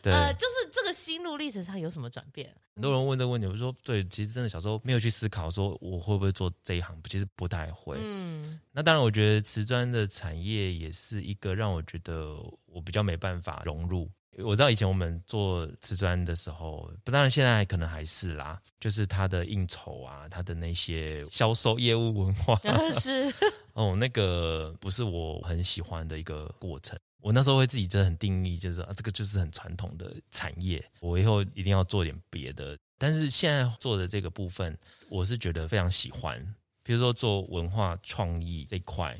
A: 对
B: 呃，就是这个心路历程上有什么转变？
A: 很多人问这个问题，我说对，其实真的小时候没有去思考说我会不会做这一行，其实不太会。 [laughs]
B: 嗯，
A: 那当然，我觉得瓷砖的产业也是一个让我觉得我比较没办法融入。我知道以前我们做瓷砖的时候，不当然现在可能还是啦，就是它的应酬啊，它的那些销售业务文化，
B: 然后是
A: 哦，那个不是我很喜欢的一个过程。我那时候会自己真的很定义，就是说啊，这个就是很传统的产业，我以后一定要做点别的。但是现在做的这个部分，我是觉得非常喜欢。比如说做文化创意这一块，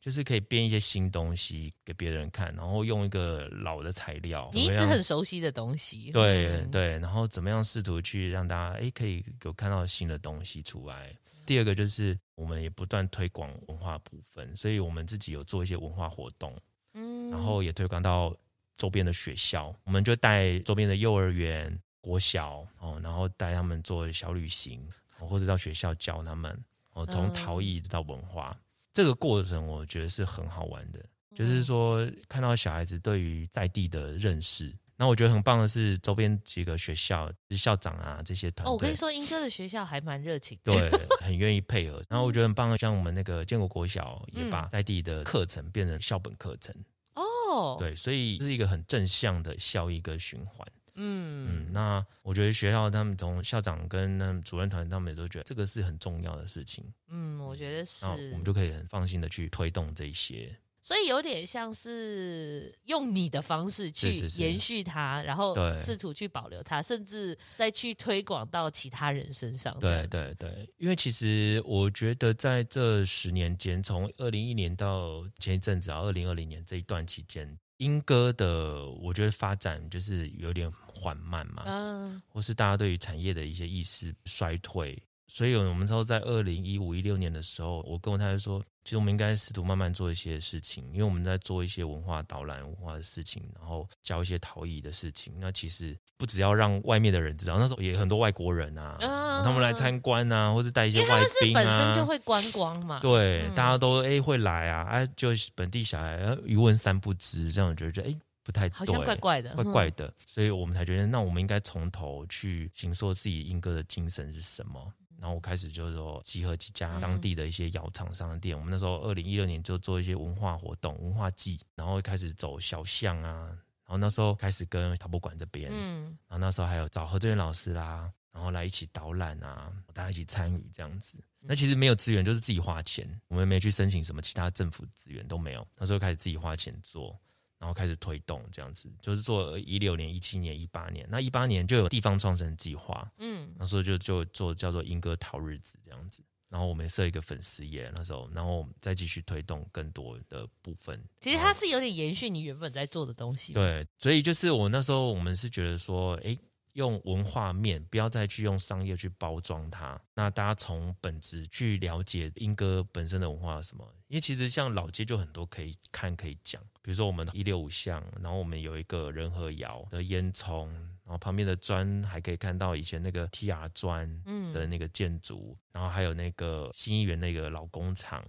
A: 就是可以编一些新东西给别人看，然后用一个老的材料，
B: [laughs] 你一
A: 怎
B: 直
A: 么样
B: 很熟悉的东西，
A: 对
B: 嗯，
A: 对，然后怎么样试图去让大家诶可以有看到新的东西出来。第二个就是我们也不断推广文化部分，所以我们自己有做一些文化活动，
B: 嗯
A: 然后也推广到周边的学校，我们就带周边的幼儿园、国小哦，然后带他们做小旅行，哦或者到学校教他们哦，从
B: 嗯
A: 陶艺到文化，这个过程我觉得是很好玩的。就是
B: 嗯
A: 说看到小孩子对于在地的认识。那我觉得很棒的是，周边几个学校就是校长啊这些团
B: 哦，我跟
A: 队，
B: 你说，英哥的学校还蛮热情的，
A: 对，很愿意配合。然后我觉得很棒的，像我们那个建国国小
B: 嗯
A: 也把在地的课程变成校本课程，
B: 哦，，
A: 对，所以这是一个很正向的效益跟循环。
B: 嗯
A: 嗯，那我觉得学校他们从校长跟他们主任团，他们也都觉得这个是很重要的事情，
B: 嗯，我觉得是
A: 那，我们就可以很放心的去推动这一些。
B: 所以有点像是用你的方式去
A: 是是是
B: 延续它，然后
A: 对
B: 试图去保留它，甚至再去推广到其他人身上。这样
A: 对
B: 子，
A: 对对，因为其实我觉得在这十年间，从二零一年到前一阵子啊，二零二零年这一段期间，英歌的，我觉得发展就是有点缓慢嘛，
B: 嗯，
A: 或是大家对于产业的一些意识衰退。所以，我们那时候在二零一五一六年的时候，我跟我太太说，其实我们应该试图慢慢做一些事情，因为我们在做一些文化导览、文化的事情，然后教一些陶艺的事情。那其实不只要让外面的人知道，那时候也很多外国人啊，
B: 啊
A: 他们来参观啊，或是带一些
B: 因为他
A: 外
B: 们是
A: 宾啊，
B: 本身就会观光嘛，
A: 对，
B: 嗯
A: 大家都哎、诶会来啊，啊，就是本地小孩呃一问三不知，这样我觉得哎、诶不太对，
B: 好像怪怪的，
A: 怪
B: 嗯
A: 怪的，所以我们才觉得那我们应该从头去行说自己英歌的精神是什么。然后我开始就是说集合几家
B: 嗯
A: 当地的一些窑厂商的店，我们那时候二零一六年就做一些文化活动、文化季，然后开始走小巷啊，然后那时候开始跟陶博馆这边，
B: 嗯，
A: 然后那时候还有找何志远老师啦，然后来一起导览啊，大家一起参与这样子。那其实没有资源，就是自己花钱，我们没去申请什么其他政府资源都没有。那时候开始自己花钱做，然后开始推动这样子，就是做一六年、一七年、一八年。那一八年就有地方创生计划，
B: 嗯
A: 那时候就就做叫做英歌讨日子这样子。然后我们也设一个粉丝页，那时候，然后我们再继续推动更多的部分。
B: 其实它是有点延续你原本在做的东西，，
A: 对，所以就是我那时候我们是觉得说，诶，用文化面，不要再去用商业去包装它。那大家从本质去了解英歌本身的文化是什么，因为其实像老街就很多可以看可以讲，比如说我们一六五巷，然后我们有一个仁和窑的烟囱，然后旁边的砖还可以看到以前那个 TR 砖的
B: 嗯，
A: 那个建筑，然后还有那个新一园那个老工厂。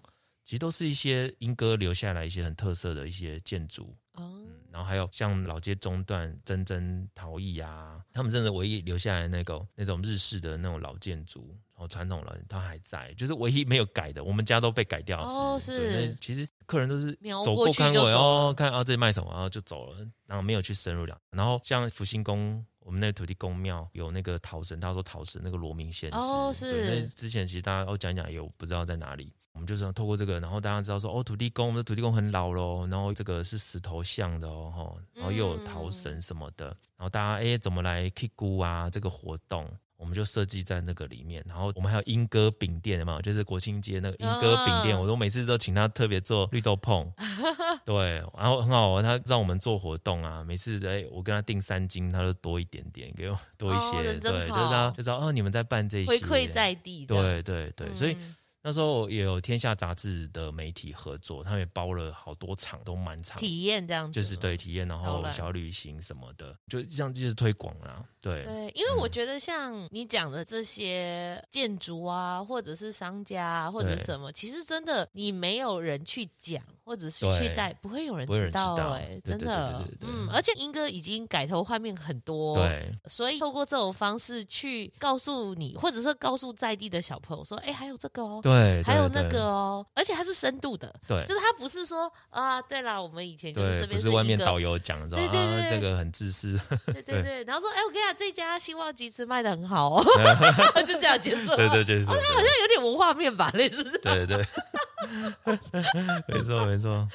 A: 其实都是一些英歌留下来一些很特色的一些建筑，
B: 哦，
A: 嗯然后还有像老街中段真真陶艺啊，他们真的唯一留下来的那个那种日式的那种老建筑，然后传统了，它还在，就是唯一没有改的，我们家都被改掉了
B: 哦
A: 对
B: 是
A: 那其实客人都是
B: 瞄
A: 走
B: 过去
A: 看
B: 就
A: 我
B: 走
A: 哦，看啊这卖什么，然后就走了，然后没有去深入了。然后像福星宫。我们那个土地公庙有那个桃神，他说桃神那个罗明先生，
B: 哦
A: 对
B: 是
A: 那之前其实大家哦讲一讲也有不知道在哪里，我们就是要透过这个，然后大家知道说哦土地公，我们的土地公很老喽，然后这个是石头像的哦，吼然后又有
B: 嗯
A: 桃神什么的，然后大家哎怎么来 K 姑啊这个活动。我们就设计在那个里面，然后我们还有英歌饼店嘛，就是国庆节那个英歌饼店，
B: 啊
A: 我都每次都请他特别做绿豆
B: [laughs]
A: 碰，对，然后很好玩，他让我们做活动啊，每次哎我跟他订三斤，他就多一点点给我多一些，
B: 哦人真
A: 对，就
B: 好
A: 是他就知道哦你们在办这些，
B: 回馈在地，这样
A: 对对对，所以
B: 嗯
A: 那时候也有天下杂志的媒体合作，他们也包了好多场，都满场，
B: 体验这样子，
A: 就是对体验，然
B: 好
A: 后
B: 嘞
A: 小旅行什么的，就这样就是推广啦。对，嗯
B: 对，因为我觉得像你讲的这些建筑啊，或者是商家啊，或者
A: 对
B: 什么，其实真的你没有人去讲，或者是去
A: 对
B: 带，不会有人
A: 不会有
B: 知
A: 人知
B: 道
A: 道
B: 哎、
A: 对
B: 真
A: 对
B: 的
A: 对对，对对
B: 嗯，而且英哥已经改头换面很多，，
A: 对
B: 所以透过这种方式去告诉你，或者是告诉在地的小朋友说，哎，还有这个哦。
A: 对，
B: 还有
A: 对
B: 那个，哦，而且它是深度的，
A: 对
B: 就
A: 对
B: 是它不是说啊，对啦，我们以前就
A: 对，
B: 是这
A: 不
B: 边
A: 是外面
B: 一个
A: 导游讲的说
B: 对对对
A: 啊，
B: 对
A: 这个很自
B: [laughs]
A: 私，
B: 对对对，然后说，哎、我跟你讲，这家兴旺集资卖的很好哦，就这样结束了。
A: [laughs] 对对对，
B: [laughs] 哦，
A: 对
B: 他好像有点文化面吧，类似这样。
A: 对对，对没错没错，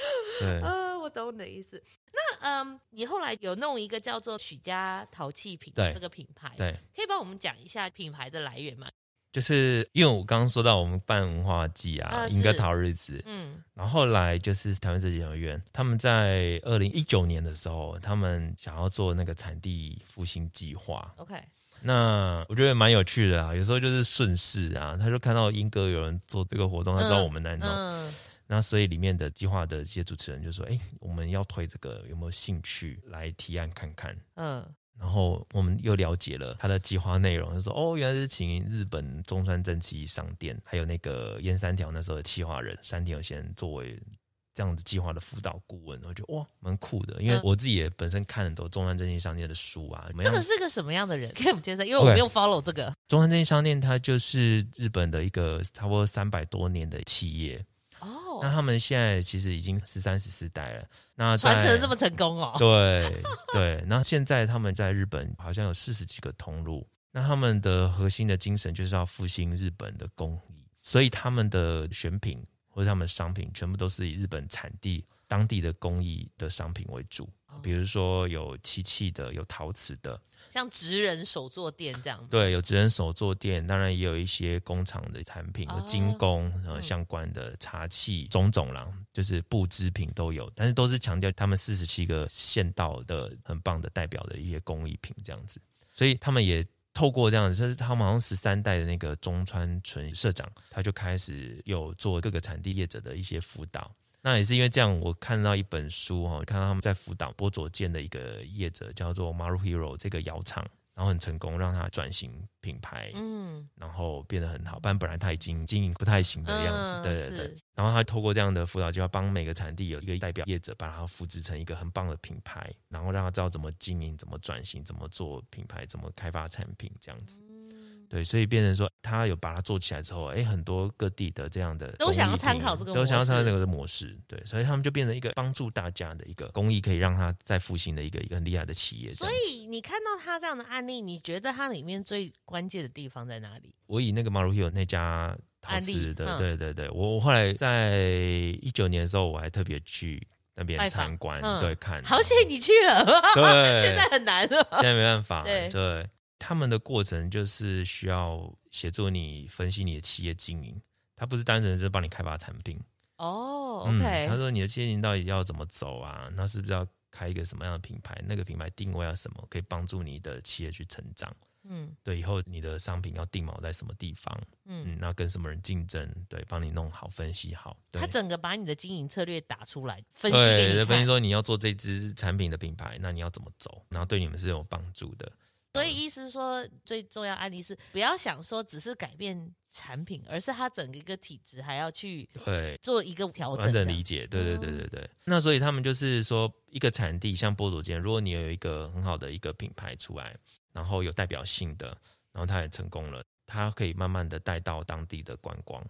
A: 对
B: 啊，我懂你的意思。那嗯，你后来有弄一个叫做许家陶器品
A: 对
B: 这个品牌，
A: 对。
B: 可以帮我们讲一下品牌的来源吗？
A: 就是因为我刚刚说到我们办文化季啊，
B: 啊
A: 应该
B: 是
A: 讨日子，
B: 嗯
A: 然后后来就是台湾设计研究院，他们在二零一九年的时候，他们想要做那个产地复兴计划。
B: ，OK，
A: 那我觉得蛮有趣的啊，有时候就是顺势啊，他就看到英哥有人做这个活动，他知道我们在弄，
B: 嗯
A: 那所以里面的计划的一些主持人就说：“哎，我们要推这个，有没有兴趣来提案看看？”
B: 嗯，
A: 然后我们又了解了他的计划内容，就说哦，原来是请日本中山蒸汽商店，还有那个燕三条那时候的企划人山田有先生作为这样子计划的辅导顾问，我觉得哇，蛮酷的。因为
B: 嗯
A: 我自己也本身看很多中山蒸汽商店的书啊，
B: 这
A: 这
B: 个是个什么样的人？给我们介绍，因为我
A: OK
B: 没有 follow 这个。
A: 中山蒸汽商店它就是日本的一个差不多三百多年的企业，
B: 哦
A: 那，他们现在其实已经十三十四代了，那在
B: 传承得这么成功哦。
A: 对对，那现在他们在日本好像有四十几个通路，那他们的核心的精神就是要复兴日本的工艺，所以他们的选品或者他们的商品全部都是以日本产地当地的工艺的商品为主，比如说有漆器的，有陶瓷的，
B: 像职人手作店这样。
A: 对，有职人手作店，当然也有一些工厂的产品，有精
B: 哦
A: 工呃相关的茶器种种啦，就是布织品都有，但是都是强调他们四十七个县道的很棒的代表的一些工艺品这样子，所以他们也。透过这样，就是他们好像十三代的那个中川纯社长，他就开始有做各个产地业者的一些辅导。那也是因为这样，我看到一本书哈，看到他们在福岛波佐见的一个业者叫做 Maru Hero 这个窑厂，然后很成功，让他转型品牌，
B: 嗯，
A: 然后变得很好。不然本来他已经经营不太行的样子，
B: 嗯
A: 对对对
B: 是。
A: 然后他透过这样的辅导计划，帮每个产地有一个代表业者，把它扶植成一个很棒的品牌，然后让他知道怎么经营、怎么转型、怎么做品牌、怎么开发产品这样子。
B: 嗯
A: 对，所以变成说，他有把它做起来之后，哎，很多各地的这样的
B: 都想要
A: 工艺
B: 参
A: 品
B: 考这个
A: 都想要
B: 模式
A: 参考这个模式，对，所以他们就变成一个帮助大家的一个公益，可以让他再复兴的一个一个很厉害的企业。这
B: 所
A: 样子
B: 以你看到他这样的案例，你觉得它里面最关键的地方在哪里？
A: 我以那个马鲁 hero 那家陶瓷的，
B: 案例
A: 对
B: 嗯
A: 对对，我我后来在一九年的时候，我还特别去那边
B: 拜访
A: 参观，
B: 嗯
A: 对，看。
B: 好险你去了，
A: 哦
B: [laughs]
A: 对，嗯
B: 现在很难哦了。
A: 现在没办法，
B: 对
A: 对他们的过程就是需要协助你分析你的企业经营，他不是单纯是帮你开发产品。
B: 哦
A: 嗯
B: ，OK，
A: 他说你的企业经营到底要怎么走啊？那是不是要开一个什么样的品牌？那个品牌定位要什么，可以帮助你的企业去成长？
B: 嗯
A: 对，以后你的商品要定锚在什么地方？
B: 嗯，
A: 嗯，那跟什么人竞争？对，帮你弄好，分析好。对
B: 他。整个把你的经营策略打出来，分析
A: 对，
B: 给你
A: 分析
B: 看。
A: 说你要做这支产品的品牌，那你要怎么走，然后对你们是有帮助的。
B: 所以意思说，最重要案例是不要想说只是改变产品，而是它整个一个体质还要去
A: 对，
B: 做一个调整
A: 完
B: 的。哦
A: 整理解，对对对对对。那所以他们就是说，一个产地像波佐间，如果你有一个很好的一个品牌出来，然后有代表性的，然后它也成功了，它可以慢慢的带到当地的观光。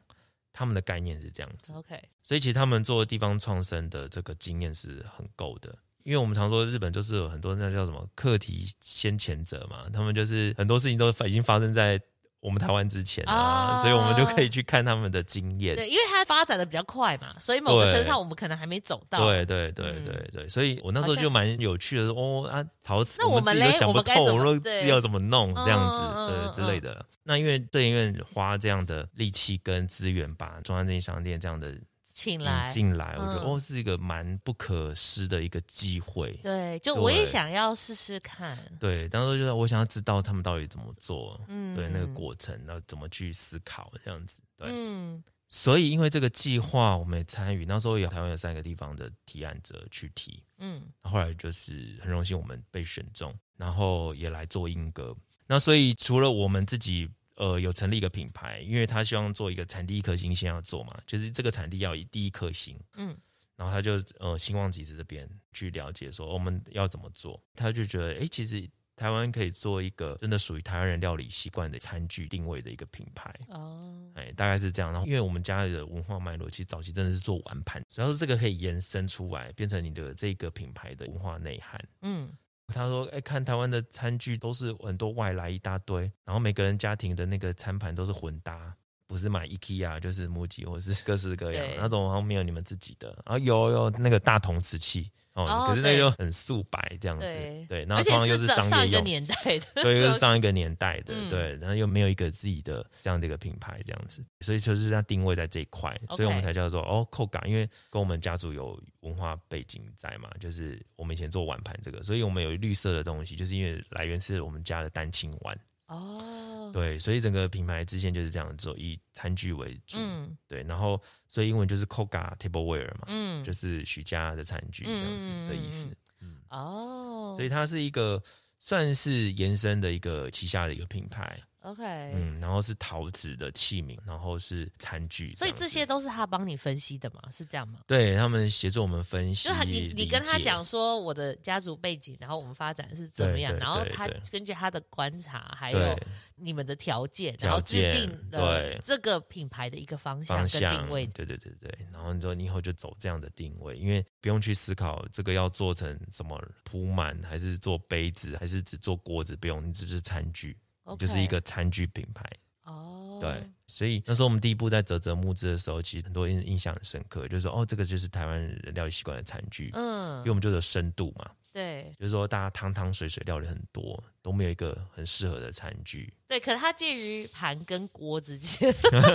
A: 他们的概念是这样子，
B: OK，
A: 所以其实他们做地方创生的这个经验是很够的。因为我们常说日本就是有很多那叫什么课题先前者嘛，他们就是很多事情都已经发生在我们台湾之前啊，
B: 啊
A: 所以我们就可以去看他们的经验。
B: 对，因为它发展的比较快嘛，所以某个
A: 对
B: 程度上我们可能还没走到。
A: 对对对
B: 嗯
A: 对对，所以我那时候
B: 好像
A: 就蛮有趣的，哦啊，陶瓷，
B: 那我
A: 们
B: 们
A: 自己都
B: 嘞
A: 想
B: 我
A: 不
B: 们该
A: 透，
B: 怎么
A: 都
B: 对
A: 知道怎么弄这样子，
B: 嗯嗯嗯
A: 对
B: 嗯
A: 之类的。那因为电影院花这样的力气跟资源，把中央这些商店这样的
B: 请
A: 引
B: 来。
A: 进来，我觉得
B: 嗯
A: 哦是一个蛮不可失的一个机会。
B: 对，就我也
A: 对
B: 想要试试看。
A: 对，当时就是我想要知道他们到底怎么做，
B: 嗯，
A: 对那个过程，然后怎么去思考这样子，对。
B: 嗯，
A: 所以因为这个计划，我们也参与，那时候有台湾有三个地方的提案者去提，
B: 嗯
A: 后来就是很荣幸我们被选中，然后也来做英歌。那所以除了我们自己呃有成立一个品牌，因为他希望做一个产地一颗星，先要做嘛，就是这个产地要以第一颗星。
B: 嗯
A: 然后他就呃兴旺集资这边去了解说、哦我们要怎么做，他就觉得诶，其实台湾可以做一个真的属于台湾人料理习惯的餐具定位的一个品牌。
B: 嗯，哦，
A: 哎，大概是这样。然后，因为我们家的文化脉络，其实早期真的是做碗盘，只要是这个可以延伸出来，变成你的这个品牌的文化内涵。
B: 嗯
A: 他说：“哎，看台湾的餐具都是很多外来一大堆，然后每个人家庭的那个餐盘都是混搭，不是买 IKEA 就是 MUJI 或是各式各样
B: 对
A: 那种，好像没有你们自己的。然后有有那个大铜瓷器哦，
B: 哦
A: 可是那
B: 对
A: 就很素白这样子，
B: 对
A: 对。然
B: 而
A: 后
B: 且
A: 通常又
B: 上
A: 商
B: 上
A: 业
B: 一个
A: 用，
B: 年代的，
A: 对，又是上一个年代的，
B: 啊嗯
A: 对，然后又没有一个自己的这样的一个品牌，这样子，所以就是要定位在这一块，
B: OK
A: 所以我们才叫做哦扣港，因为跟我们家族有文化背景在嘛，就是我们以前做碗盘这个，所以我们有绿色的东西，就是因为来源是我们家的单亲碗，
B: [laughs] 哦，
A: 对，所以整个品牌之线就是这样做，以餐具为主，
B: 嗯
A: 对，然后所以英文就是扣港 tableware 嘛，
B: 嗯
A: 就，是许家的餐具这样子的意思。
B: 嗯嗯嗯哦，
A: 所以它是一个算是延伸的一个旗下的一个品牌，
B: OK，
A: 嗯，然后是陶瓷的器皿，然后是餐具，
B: 所以
A: 样
B: 这
A: 子
B: 些都是他帮你分析的嘛？是这样吗？
A: 对他们协助我们分析，
B: 就他你你
A: 理
B: 跟他
A: 解
B: 讲说我的家族背景，然后我们发展是怎么
A: 对
B: 样，
A: 对
B: 然后
A: 对
B: 他
A: 对
B: 根据他的观察，还有
A: 对
B: 你们的条件，
A: 条
B: 然后制
A: 件
B: 定了
A: 对
B: 这个品牌的一个方向
A: 方
B: 跟
A: 向，
B: 定位。
A: 对对对对，然后你说你以后就走这样的定位，因为不用去思考这个要做成什么铺满，还是做杯子，还是只做锅子，不用，你只是餐具，你
B: OK，
A: 就是一个餐具品牌，
B: 哦，
A: 对，所以那时候我们第一步在泽泽募资的时候，其实很多印印象很深刻，就是说哦，这个就是台湾人料理习惯的餐具，因为
B: 嗯，
A: 我们就有深度嘛，
B: 对
A: 就是说大家汤汤水水料理很多，都没有一个很适合的餐具。
B: 对，可能它介于盘跟锅之间。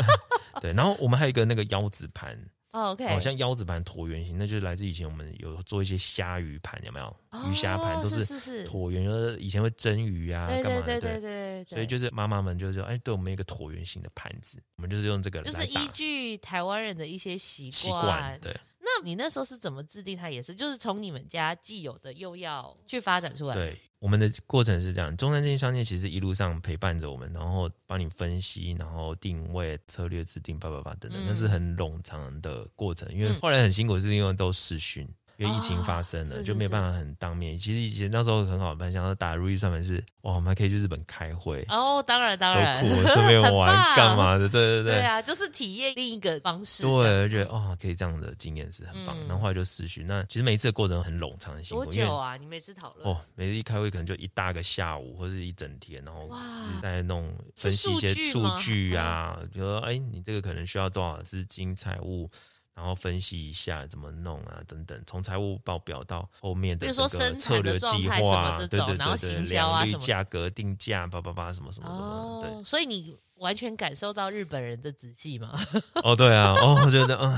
B: [laughs]
A: 对，然后我们还有一个那个腰子盘，
B: 哦 OK，
A: 好像腰子盘椭圆形，那就是来自以前我们有做一些虾鱼盘，有没有？鱼虾盘
B: 哦
A: 都
B: 是
A: 是
B: 是是，
A: 椭圆，就是以前会蒸鱼啊，
B: 对
A: 干嘛
B: 对
A: 的？
B: 对对对，
A: 所以就是妈妈们就是说，哎，对我们一个椭圆形的盘子，我们就是用这个
B: 就
A: 来
B: 是依
A: 打
B: 据台湾人的一些习
A: 习惯，对
B: 那你那时候是怎么制定它？也是就是从你们家既有的又要去发展出来。，
A: 对。我们的过程是这样，中山这些商店其实一路上陪伴着我们，然后帮你分析，然后定位、策略制定、叭叭叭等等，
B: 嗯
A: 那是很冗长的过程。因为
B: 嗯
A: 后来很辛苦，是因为都视讯，因为疫情发生了，
B: 哦是
A: 就是没
B: 是
A: 办法很当面。其实以前那时候很好办，像打如意算盘是，哇，我们还可以去日本开会，
B: 哦，当然当
A: 多
B: 然，
A: 酷，顺便
B: [laughs] 很
A: 玩
B: 棒
A: 干嘛的？对对
B: 对啊，就是体验另一个方式。
A: 对，就觉得哦，可以这样的经验是很棒。
B: 嗯
A: 然后后来就失去。那其实每一次的过程很冗长、很辛
B: 多
A: 苦，因为
B: 久啊？你每次讨论
A: 哦，每次一开会可能就一大个下午或者一整天，然后
B: 哇
A: 一直在弄
B: 是
A: 分析一些
B: 数据
A: 数
B: 吗嗯
A: 据啊，就说哎，你这个可能需要多少资金、财务。然后分析一下怎么弄啊，等等，从财务报表到后面的
B: 比如说
A: 整个
B: 生
A: 策
B: 产的
A: 略
B: 状
A: 计
B: 态什
A: 划
B: 么
A: 啊，
B: 这
A: 对
B: 种
A: 对
B: 然后
A: 对对，
B: 行销啊
A: 良率、
B: 什么
A: 价格定价，叭叭叭，什么什么什么的，对
B: 哦，，所以你完全感受到日本人的仔细吗？ [laughs]
A: 哦对啊，哦我觉得嗯，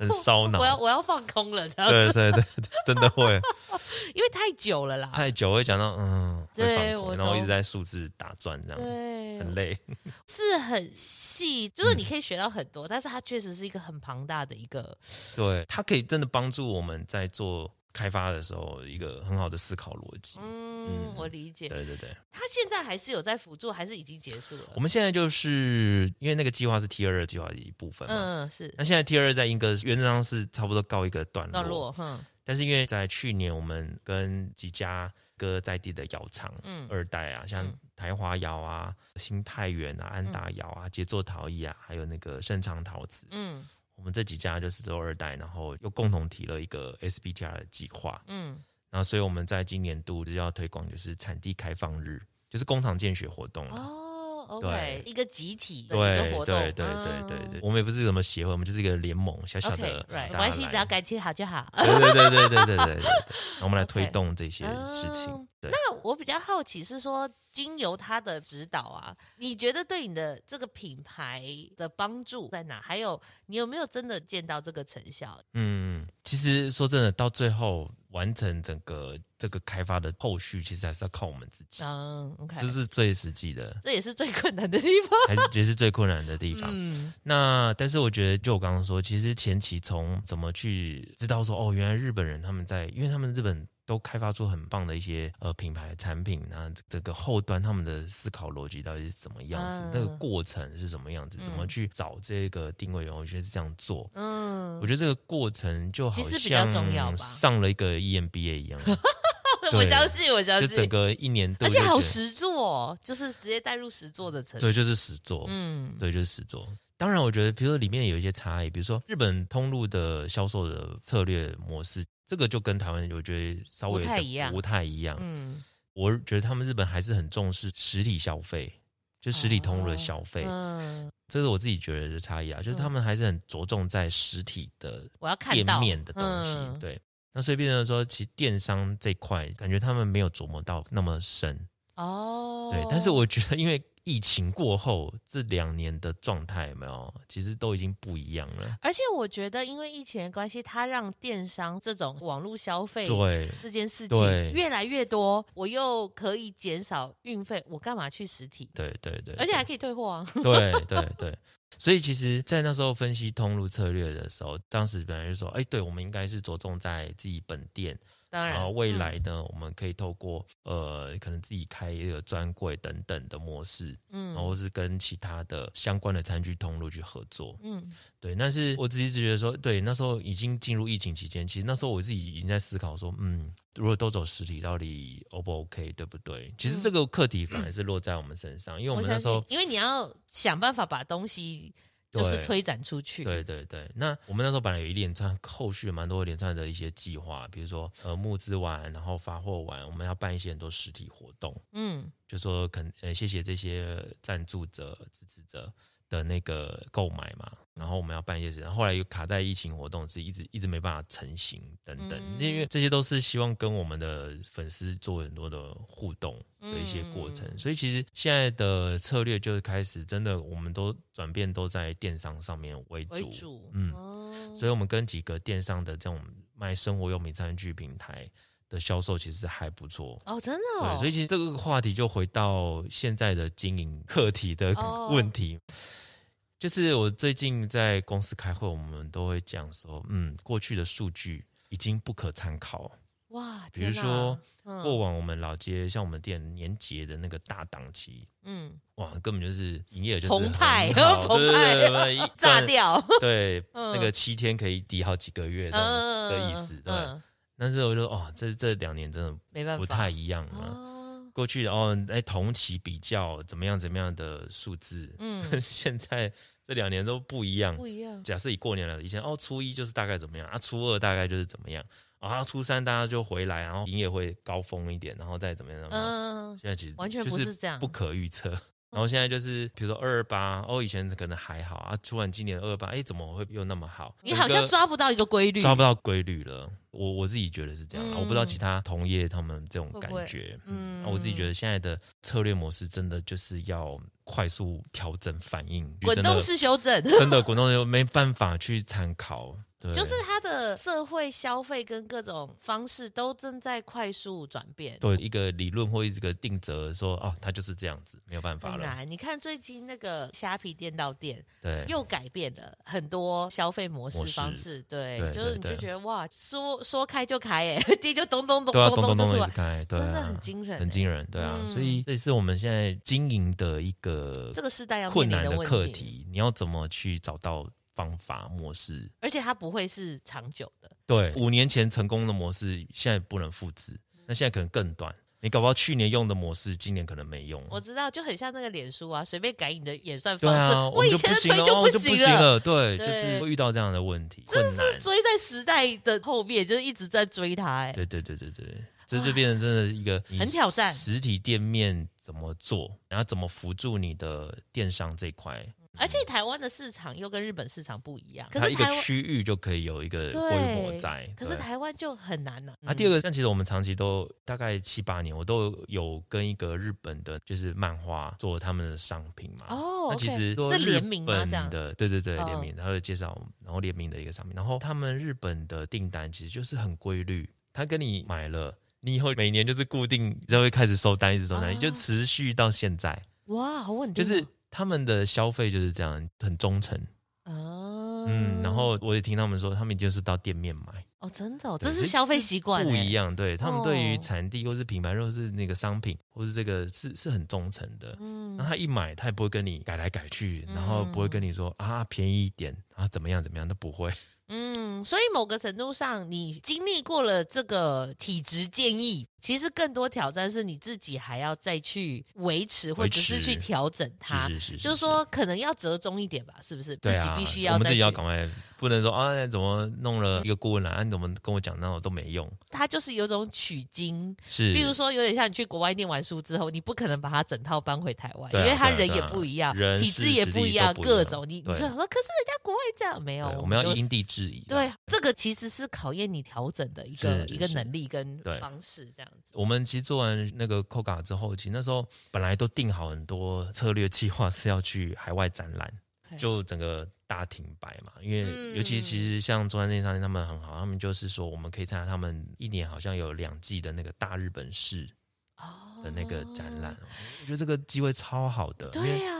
A: 很烧脑。
B: [laughs] 我要我要放空了，这样
A: 对对对，真的会
B: 因为太久了啦。
A: 太久会讲到嗯，会
B: 对
A: 放
B: 我
A: 空，然后一直
B: 懂
A: 在数字打转这样，
B: 对，
A: 很累。
B: 是很细，就是
A: 嗯
B: 你可以学到很多，但是它确实是一个很庞大的一个
A: 对，它可以真的帮助我们在做开发的时候一个很好的思考逻辑。
B: 嗯，我理解。
A: 对对对，
B: 他现在还是有在辅助，还是已经结束了
A: 我？们现在就是因为那个计划是 T 二的计划的一部分嘛。
B: 嗯，是
A: 那现在 T 二在英格原则上是差不多告一个段落，
B: 段落，哼，
A: 但是因为在去年我们跟几家哥在地的窑厂，
B: 嗯
A: 二代啊，像
B: 嗯
A: 台华窑啊、新太原啊、安达窑啊、杰作陶艺啊，还有那个盛昌陶瓷，
B: 嗯
A: 我们这几家就是都二代，然后又共同提了一个 SBTR 的计划，
B: 嗯，
A: 然后所以我们在今年度就要推广就是产地开放日，就是工厂见学活动啊。
B: 哦，OK，一个集体的一
A: 对
B: 个活
A: 对对
B: 动，嗯
A: 对对对对，我们也不是什么协会，我们就是一个联盟，小小
B: OK，
A: 的
B: right，没
A: 大家
B: 关系，
A: 来
B: 只要 [laughs] 感情好就好。
A: 对对对对对对对对对，然后我们来
B: OK
A: 推动这些事情
B: 嗯。
A: 对，
B: 那我比较好奇是说，经由他的指导啊，你觉得对你的这个品牌的帮助在哪？还有你有没有真的见到这个成效？
A: 嗯，其实说真的，到最后完成整个这个开发的后续，其实还是要靠我们自己，
B: 嗯，OK，
A: 这是最实际的，
B: 这也是最困难的地方。
A: 还是也是最困难的地方。
B: 嗯，
A: 那但是我觉得，就我刚刚说，其实前期从怎么去知道说，哦，原来日本人他们在，因为他们日本。都开发出很棒的一些呃品牌产品，那这个后端他们的思考逻辑到底是怎么样子？
B: 嗯
A: 那个过程是什么样子？怎么
B: 嗯
A: 去找这个定位？然后我觉得是这样做，
B: 嗯
A: 我，觉得这个过程就好
B: 其实比较重要吧
A: 像上了一个 E EMBA 一
B: [laughs]
A: 样，
B: 我
A: 对
B: 相信，我相
A: 就整
B: 信，
A: 个一年度
B: 而
A: 就
B: 且
A: 觉得，
B: 好实做哦，就是直接带入实做的成。
A: 对，就是实作，
B: 嗯，
A: 对，就是实作。当然，我觉得，比如说里面有一些差异，比如说日本通路的销售的策略模式，这个就跟台湾我觉得稍微
B: 不太一样
A: 不太一样。
B: 嗯，
A: 我觉得他们日本还是很重视实体消费，就实体通路的消费，
B: 嗯，
A: 这是我自己觉得的差异啊，就是他们还是很着重在实体的
B: 我要嗯看
A: 店
B: 到
A: 面的东西。
B: 嗯
A: 对，那所以变成说，其实电商这块感觉他们没有琢磨到那么深。
B: 哦，
A: 对，但是我觉得因为。疫情过后这两年的状态有没有，其实都已经不一样了。
B: 而且我觉得，因为疫情的关系，它让电商这种网络消费
A: 对
B: 这件事
A: 对
B: 情越来越多，我又可以减少运费，我干嘛去实体？
A: 对对对，
B: 而且还可以退货啊！
A: 对对对，所以其实，在那时候分析通路策略的时候，当时本来就说，哎，对我们应该是着重在自己本店，
B: 当
A: 然后
B: 然，嗯
A: 未来呢，我们可以透过呃，可能自己开一个专柜等等的模式，
B: 嗯
A: 然后是跟其他的相关的餐具通路去合作。
B: 嗯
A: 对，但是我自己觉得说，对，那时候已经进入疫情期间，其实那时候我自己已经在思考说，嗯，如果都走实体，到底 O 不 OK，对不对？其实这个课题反而是落在我们身上，因为我
B: 我
A: 们那
B: 相
A: 时
B: 信
A: 候，
B: 因为你要想办法把东西就是
A: 对
B: 推展出去。
A: 对对对，那我们那时候本来有一连串，后续有蛮多连串的一些计划，比如说呃募资完，然后发货完，我们要办一些很多实体活动，
B: 嗯，
A: 就说肯呃谢谢这些赞助者、支持者的那个购买嘛，然后我们要办一些事，然后后来又卡在疫情活动，是一直一直没办法成型等等，
B: 嗯
A: 因为这些都是希望跟我们的粉丝做很多的互动的一些过程，
B: 嗯
A: 所以其实现在的策略就是开始真的我们都转变都在电商上面为主，
B: 为主，
A: 嗯
B: 哦
A: 所以我们跟几个电商的这种卖生活用品餐具平台的销售其实还不错，
B: 哦，真的、哦
A: 对，，所以其实这个话题就回到现在的经营课题的
B: 哦
A: 问题。就是我最近在公司开会，我们都会讲说，嗯，过去的数据已经不可参考。
B: 哇，
A: 比如
B: 天哪
A: 说，
B: 嗯
A: 过往我们老街像我们店年节的那个大档期，
B: 嗯，
A: 哇，根本就是营业额就是
B: 澎
A: 很
B: 湃
A: 好
B: 澎
A: 对对对对对
B: 炸
A: 赚
B: 掉，
A: 对，
B: 嗯
A: 那个七天可以抵好几个月这样的意思，对。
B: 嗯
A: 但是我就哦，这这两年真的
B: 没办法，
A: 不太嗯一样了。
B: 哦，
A: 过去的哦，哎，同期比较怎么样怎么样的数字，
B: 嗯，
A: 跟 [laughs] 现在这两年都不一样。
B: 不一样，
A: 假设以过年了，以前哦初一就是大概怎么样啊，初二大概就是怎么样啊，初三大家就回来，然后营业会高峰一点，然后再怎么样怎么样。
B: 嗯，
A: 现在其实
B: 完全
A: 就
B: 不
A: 是
B: 是这样
A: 不可预测。 [laughs] 然后现在就是，比如说二二八，哦，以前可能还好啊，突然今年二二八，哎，怎么会又那么好？
B: 你好
A: 有
B: 像
A: 一个
B: 抓不到一个规律，
A: 抓不到规律了。我我自己觉得是这样啦，
B: 嗯
A: 我不知道其他同业他们这种
B: 会
A: 感
B: 不会
A: 觉。
B: 嗯
A: 嗯，我自己觉得现在的策略模式真的就是要快速调整反应，
B: 滚动式修正，
A: [laughs] 真的真的滚动式没办法去参考。对，
B: 就是它的社会消费跟各种方式都正在快速转变。
A: 对一个理论或一个定则说哦，它就是这样子，没有办法
B: 很
A: 了。
B: 难，你看最近那个虾皮店到店
A: 对，
B: 又改变了很多消费模式
A: 模式
B: 方式，对，
A: 对
B: 就是
A: 对
B: 你就
A: 对
B: 觉得哇，说说开就开哎， [laughs] 地就咚咚咚
A: 对啊，
B: 咚
A: 咚咚
B: 就
A: 咚
B: 出
A: 一
B: 来
A: 直，开，对、啊，
B: 真的很惊人欸，
A: 很惊人，对啊，
B: 嗯
A: 所以这也是我们现在经营的一个
B: 这个时代要
A: 困
B: 面
A: 难
B: 临
A: 的
B: 问
A: 课
B: 题，
A: 题，你要怎么去找到方法模式？
B: 而且它不会是长久的，
A: 对，五年前成功的模式，现在不能复制，那现在可能更短。你搞不好去年用的模式，今年可能没用。
B: 我知道，就很像那个脸书啊，随便改你的演算
A: 对
B: 方式，
A: 啊，
B: [laughs] 我
A: 们
B: 以前
A: 不
B: 的
A: 行
B: 推
A: 了，
B: 就
A: 哦就不
B: 行
A: 行
B: 了。
A: 了。对，
B: 对
A: 就是会遇到这样的问题，困难。
B: 追在时代的后面，就是一直在追它、哎，
A: 对对对对对，这就变成真的一个你
B: 很挑战
A: 实体店面怎么做，然后怎么辅助你的电商这块，
B: 而且台湾的市场又跟日本市场不一样，可
A: 它
B: 是
A: 一个
B: 台湾，
A: 区域就可以有一个规模
B: 对
A: 在。
B: 可是
A: 对
B: 台湾就很难了、
A: 啊，
B: 嗯
A: 第二个，像其实我们长期都大概七八年，我都有跟一个日本的，就是漫画做他们的商品嘛。
B: 哦
A: 啊那其
B: OK，
A: 实
B: 这联名吗
A: 日
B: 这样
A: 本的，对对对，
B: 哦
A: 联名，然后有介绍，然后联名的一个商品，然后他们日本的订单其实就是很规律，他跟你买了，你以后每年就是固定就会开始收单，一直收单，
B: 哦
A: 就持续到现在，
B: 哇，好稳定
A: 就
B: 哦，
A: 是他们的消费就是这样，很忠诚。
B: 哦，
A: 嗯，然后我也听他们说，他们就是到店面买。
B: 哦，真的、哦，
A: 对
B: 这
A: 这
B: 是消费习惯、欸
A: 不一
B: 样，
A: 样，对他们对于
B: 哦
A: 产地或是品牌，或是那个商品，或是这个是是很忠诚的。
B: 嗯
A: 然后他一买，他也不会跟你改来改去，然后不会跟你说啊便宜一点啊怎么样怎么样，都不会。
B: 嗯，所以某个程度上，你经历过了这个体质建议，其实更多挑战是你自己还要再去维持，或
A: 维
B: 者是
A: 持
B: 去调整它。
A: 是是是，
B: 就是说，可能要折中一点吧，是不是？
A: 对
B: 自己
A: 啊
B: 必须要
A: 我们
B: 再
A: 自己要
B: 去嗯
A: 赶快，不能说啊怎么弄了一个顾问来，啊你怎么跟我讲那我都没用。
B: 它就是有种取经，
A: 是，
B: 比如说有点像你去国外念完书之后，你不可能把它整套搬回台湾，
A: 对啊
B: 因为他
A: 对啊对
B: 人也
A: 啊
B: 不一样，
A: 人
B: 体
A: 是
B: 质也
A: 实
B: 不
A: 力
B: 一
A: 都
B: 样，
A: 不一
B: 各
A: 样
B: 种你你就
A: 对
B: 想说，可是人家国外这样没
A: 对
B: 有，
A: 我们要
B: 哦就
A: 因地制宜。
B: 对，这个其实是考验你调整的一个
A: 是
B: 一个
A: 是
B: 能力跟
A: 对
B: 方式这样子。
A: 我们其实做完那个 Koga 之后，其实那时候本来都定好很多策略计划是要去海外展览
B: OK
A: 就整个大停摆嘛。因为
B: 嗯
A: 尤其其实像中山电商店他们很好，他们就是说我们可以参加他们一年好像有两季的那个大日本市
B: 哦
A: 的那个展览，我觉得这个机会超好的。因
B: 对
A: 为
B: 呀、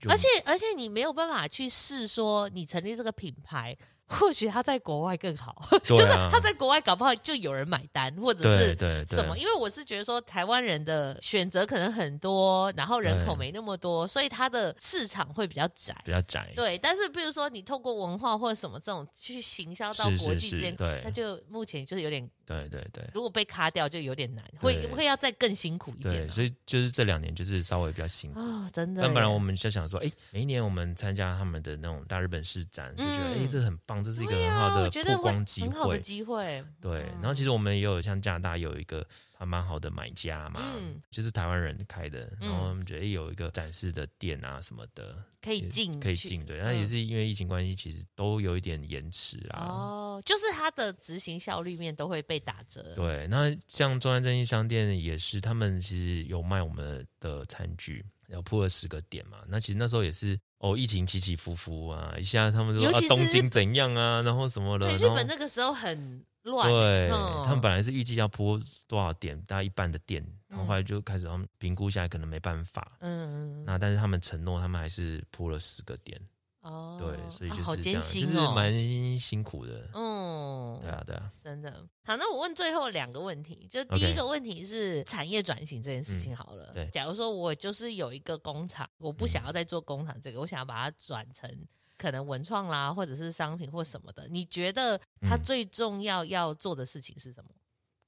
A: 就
B: 而且而且你没有办法去试说你成立这个品牌或许他在国外更好，
A: 对
B: 就是
A: 啊
B: 他在国外搞不好就有人买单，或者
A: 对
B: 是
A: 对对，
B: 什么？因为我是觉得说，台湾人的选择可能很多，然后人口
A: 对
B: 没那么多，所以它的市场会比较窄。
A: 比较窄，
B: 对，但是比如说你透过文化或者什么这种去行销到
A: 是
B: 国
A: 是
B: 际之
A: 是
B: 间，
A: 对
B: 那就目前就是有点，
A: 对对对
B: 如果被卡掉就有点难，会
A: 对
B: 会要再更辛苦一点
A: 对，
B: 啊
A: 所以就是这两年就是稍微比较辛苦。
B: 啊、真的耶。
A: 但本来我们就想说，哎、每一年我们参加他们的那种大日本市展，就觉得哎、
B: 嗯
A: 诶这很棒，这是一个
B: 对
A: 很
B: 啊
A: 好
B: 我
A: 的
B: 觉得
A: 曝
B: 会
A: 光机
B: 很好
A: 会。
B: 的机会。
A: 对，
B: 嗯
A: 然后其实我们也有像加拿大有一个还蛮好的买家嘛，
B: 嗯
A: 就是台湾人开的，
B: 嗯
A: 然后我们觉得诶有一个展示的店啊什么的，
B: 可以
A: 也
B: 进，
A: 可以。进对，那也是因为疫情关系，其实都有一点延迟啦。
B: 嗯哦，就是它的执行效率面都会被打折。
A: 对，那像中山正义商店也是，他们其实有卖我们的餐具，有铺了十个点嘛。那其实那时候也是哦，疫情起起伏伏啊，一下他们说
B: 尤
A: 啊
B: 其是
A: 东京怎样啊，然后什么的，
B: 对，
A: 然
B: 日
A: 后
B: 本那个时候很乱
A: 对、
B: 欸。嗯
A: 他们本来是预计要铺多少点，大概一半的店，然后后来就开始他们评估下来可能没办法。
B: 嗯，
A: 那但是他们承诺，他们还是铺了十个点，
B: 哦，
A: 对，所以
B: 啊
A: 就
B: 好
A: 是这样，
B: 艰辛
A: 就是
B: 哦，
A: 蛮辛苦的，
B: 嗯，
A: 对啊，对啊，
B: 真的。好，那我问最后两个问题，就第一
A: OK 嗯
B: 个问题是产业转型这件事情好了。
A: 对嗯
B: 假如说我就是有一个工厂，我不想要再做工厂这个，我想要把它转成可能文创啦，或者是商品或什么的。你觉得它
A: 嗯
B: 最重要要做的事情是什么？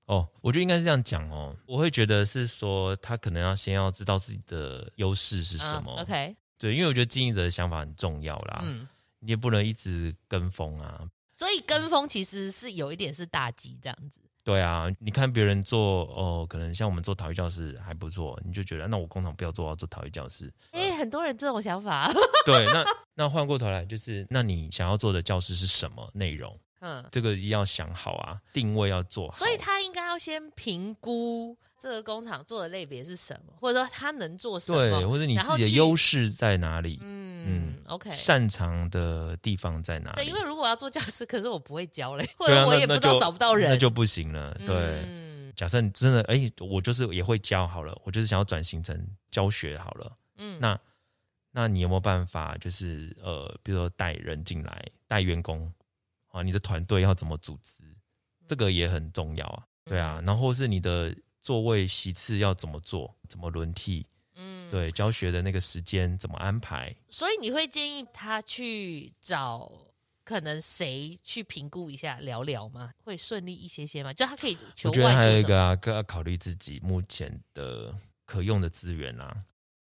A: 哦，我觉得应该是这样讲哦。我会觉得是说，他可能要先要知道自己的优势是什么。啊
B: o k
A: 对，因为我觉得经营者的想法很重要啦，
B: 嗯，
A: 你也不能一直跟风啊。
B: 所以跟风其实是有一点是大忌这样子。
A: 对啊，你看别人做哦，可能像我们做陶艺教室还不错，你就觉得那我工厂不要做，我要做陶艺教室。
B: 哎、很多人这种
A: [laughs]
B: 想法，啊
A: 对，那那换过头来就是，那你想要做的教室是什么内容？
B: 嗯，
A: 这个一定要想好啊，定位要做好。
B: 所以他应该要先评估这个工厂做的类别是什么，或者说他能做什么
A: 对，。或者你
B: 然后
A: 自己的
B: 去
A: 优势在哪里？
B: 嗯，OK，
A: 擅长的地方在哪里？
B: 对，因为如果要做教师，可是我不会教嘞，或
A: 对啊
B: 者我
A: 那
B: 也不
A: 那
B: 知道
A: 就
B: 找不到人，
A: 那就不行了。对，
B: 嗯
A: 假设你真的，哎，我就是也会教好了，我就是想要转型成教学好了。
B: 嗯
A: 那那你有没有办法，就是呃，比如说带人进来，带员工啊，你的团队要怎么组织，
B: 嗯
A: 这个也很重要啊。对啊，然后是你的座位席次要怎么做，怎么轮替，
B: 嗯，
A: 对，教学的那个时间怎么安排，
B: 所以你会建议他去找可能谁去评估一下聊聊吗？会顺利一些些吗？就他可以求
A: 我觉得还有
B: 外
A: 一
B: 求什
A: 个啊，要考虑自己目前的可用的资源啦、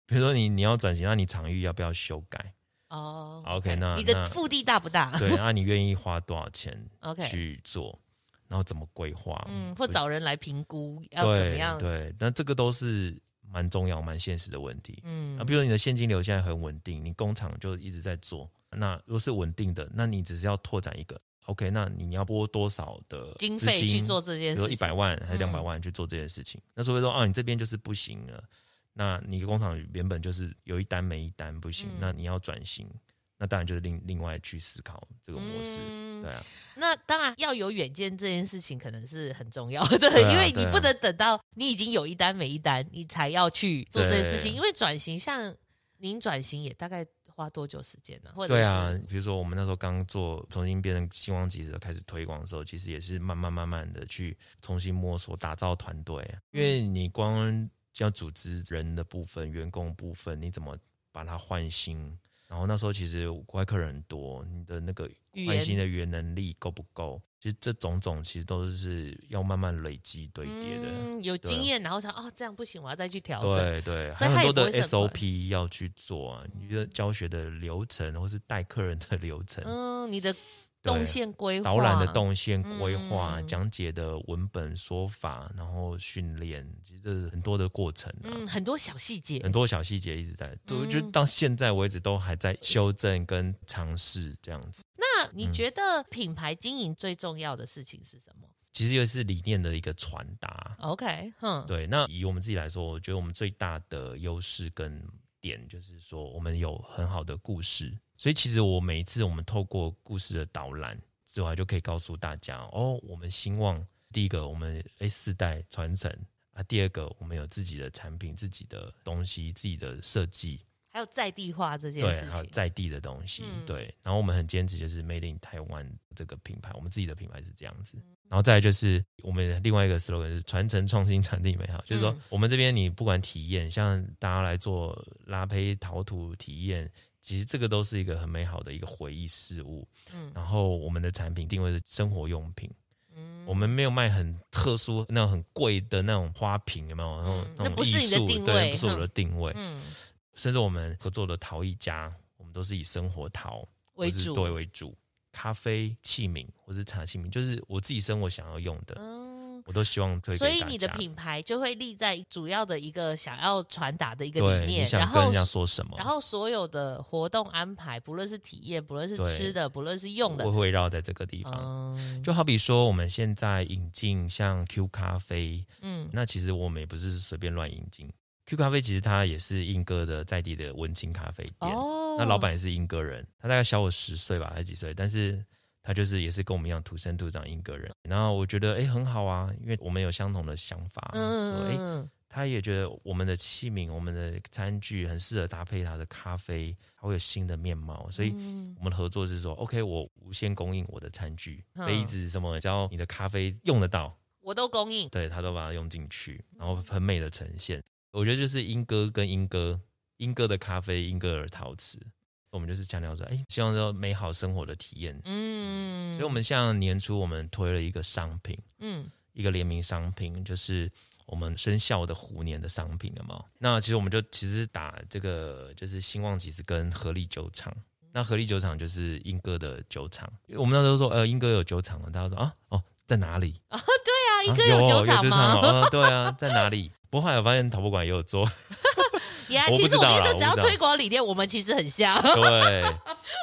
A: 比如说你你要转型，那你场域要不要修改？
B: 哦
A: OK，那
B: 你的
A: 那
B: 腹地大不 [laughs] 大
A: 对，啊那你愿意花多少钱
B: ？OK，
A: 去做？然后怎么规划？
B: 嗯，
A: 我
B: 或找人来评估要怎么
A: 对
B: 样？
A: 对，那这个都是蛮重要、蛮现实的问题。
B: 嗯
A: 啊，比如你的现金流现在很稳定，你工厂就一直在做。那如果是稳定的，那你只是要拓展一个 OK，那你要拨多少的
B: 经
A: 资
B: 费去
A: 金
B: 做这件
A: 比如
B: 事
A: 一
B: 情，
A: 百万还是两百
B: 嗯
A: 万去做这件事情。那除非说，哦，你这边就是不行了，那你工厂原本就是有一单没一单不行，
B: 嗯
A: 那你要转型，那当然就是另另外去思考这个模式。
B: 嗯
A: 对啊，
B: 那当然要有远见这件事情，可能是很重要的，
A: 对啊
B: 因为你
A: 对啊
B: 不能等到你已经有一单没一单，你才要去做这件事情。
A: 对
B: 因为转型，像您转型也大概花多久时间呢、或者是
A: 对啊，，比如说我们那时候刚做重新变成星光集市开始推广的时候，其实也是慢慢慢慢的去重新摸索、打造团队，啊因为你光要组织人的部分、员工部分，你怎么把它换新？然后那时候其实国外客人很多，你的那个
B: 语
A: 换新
B: 言
A: 的语言能力够不够？其实这种种其实都是要慢慢累积堆叠的。啊
B: 嗯，有经验，然后想哦，这样不行，我要再去调整。
A: 对对，
B: 所
A: 还有很
B: 以它
A: 多
B: 也不
A: 的
B: 会是很快
A: SOP 要去做啊，你的教学的流程，或是带客人的流程，
B: 嗯，你的啊
A: 对
B: 动线规划、
A: 导览的动线规划、
B: 嗯
A: 讲解的文本说法，然后训练，其实这是很多的过程啊，
B: 嗯，很多小细节，
A: 很多小细节一直在，
B: 嗯
A: 我觉得到现在为止都还在修正跟尝试这样子。
B: 那你觉得品牌经营最重要的事情是什么
A: 其实也是理念的一个传达。
B: ？OK，哼，
A: 对，那以我们自己来说，我觉得我们最大的优势跟点就是说，我们有很好的故事。所以其实我每一次我们透过故事的导览之外，就可以告诉大家哦，我们兴旺第一个我们诶四代传承啊，第二个我们有自己的产品、自己的东西、自己的设计，
B: 还还有在地化这件
A: 对，
B: 事
A: 还有
B: 情。
A: 在地的东西，
B: 嗯
A: 对。然后我们很坚持就是 Made in Taiwan 这个品牌，我们自己的品牌是这样子。然后再来就是我们另外一个 slogan 是传承创新传递美好，就是说
B: 嗯
A: 我们这边你不管体验，像大家来做拉胚陶土体验。其实这个都是一个很美好的一个回忆事物，
B: 嗯
A: 然后我们的产品定位是生活用品，
B: 嗯
A: 我们没有卖很特殊、那种很贵的那种花瓶，有没有？那种
B: 嗯
A: 那
B: 那
A: 种
B: 不
A: 艺
B: 是你的
A: 术，
B: 定
A: 对，
B: 位
A: 不是我的定位。
B: 嗯
A: 甚至我们合作的陶艺家，我们都是以生活陶
B: 为
A: 或是
B: 主，
A: 对为主，咖啡器皿或是茶器皿，就是我自己生活想要用的，
B: 嗯，
A: 我都希望推给
B: 所
A: 大家。
B: 以你的品牌就会立在主要的一个想要传达的一个
A: 对
B: 理
A: 你
B: 念，
A: 想
B: 然
A: 跟人
B: 后
A: 家说什么，
B: 然后所有的活动安排，不论是体验，不论是
A: 对
B: 吃的，不论是用的
A: 我，会围绕在这个地方。
B: 嗯
A: 就好比说，我们现在引进像 Q 咖啡，
B: 嗯
A: 那其实我们也不是随便乱引进。Q 咖啡其实它也是英哥的在地的文青咖啡店，
B: 哦，
A: 那老板也是英国人，他大概小我十岁吧，还是几岁？但是他就是也是跟我们一样土生土长英国人。然后我觉得哎、诶很好啊，因为我们有相同的想法，说哎、诶
B: 嗯
A: 他也觉得我们的器皿、我们的餐具很适合搭配他的咖啡，他会有新的面貌。所以
B: 嗯
A: 我们的合作是说，OK，我无限供应我的餐具、
B: 嗯
A: 杯子什么，只要你的咖啡用得到，
B: 我都供应，
A: 对他都把它用进去，然后很美的呈现。我觉得就是英歌跟英歌，英歌的咖啡，英歌的陶瓷，我们就是强调说，哎，希望说美好生活的体验。
B: 嗯，
A: 所以，我们啊像年初我们推了一个商品，
B: 嗯
A: 一个联名商品，就是我们生肖的虎年的商品了嘛。那其实我们就其实打这个就是兴旺集资跟合力酒厂。那合力酒厂就是英哥的酒厂，我们那时候说，呃，英哥有酒厂了，大家说啊，哦，在哪里？
B: 啊，对啊，一
A: 啊
B: 个
A: 有哦
B: 酒厂
A: 有
B: 吗？
A: 哦啊对啊，在哪里？不过后来我发现淘宝馆也有做， [laughs] 我不知道啦我
B: 呀其实我跟你说，只要
A: 不知道
B: 推广理念，我们其实
A: [laughs]
B: 很像。
A: 对。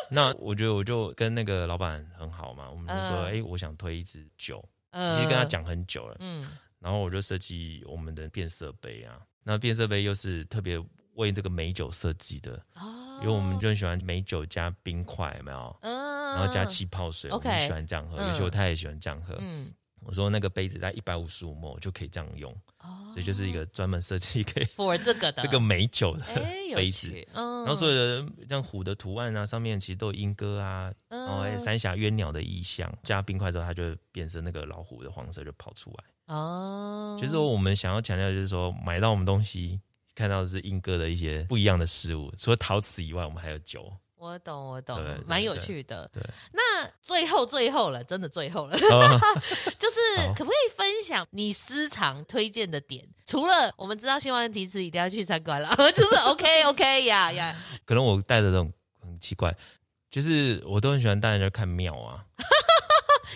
A: 那我觉得我就跟那个老板很好嘛，我们就说，
B: 嗯
A: 哎、我想推一支酒，其
B: 嗯
A: 实跟他，讲很久了，
B: 嗯
A: 然后我就设计我们的变色杯啊，那变色杯又是特别为这个美酒设计的，
B: 哦
A: 因为我们就很喜欢美酒加冰块，有没有？
B: 嗯
A: 然后加，气泡水，我
B: OK
A: 们喜欢这样喝，
B: 嗯
A: 尤其我太太喜欢这样喝。
B: 嗯，
A: 我说那个杯子在一百五十五沫就可以这样用，
B: 哦
A: 所以就是一个专门设计给 [laughs]
B: for 这个的
A: 这个美酒的 [laughs]
B: 哎有
A: 杯子。
B: 趣嗯，
A: 然后所有的像虎的图案啊，上面其实都有莺歌啊，然后还有
B: 嗯
A: 三峡鸳鸟的意象，加冰块之后，它就会变成那个老虎的黄色就跑出来。
B: 哦，
A: 就是说我们想要强调，就是说买到我们东西，看到的是英哥的一些不一样的事物，除了陶瓷以外，我们还有
B: [laughs]
A: 酒。
B: 我懂，我懂
A: 对对，
B: 蛮有
A: 对
B: 趣的。
A: 对，
B: 那最后最后了，真的最后了， [laughs]
A: 呃、
B: 就是
A: 好
B: 可不可以分享你私藏推荐的点？除了我们知道新望提词一定要去参观了， [laughs] 就是 OK OK 呀呀，
A: 可能我带的那种很奇怪，就是我都很喜欢带人家看庙啊。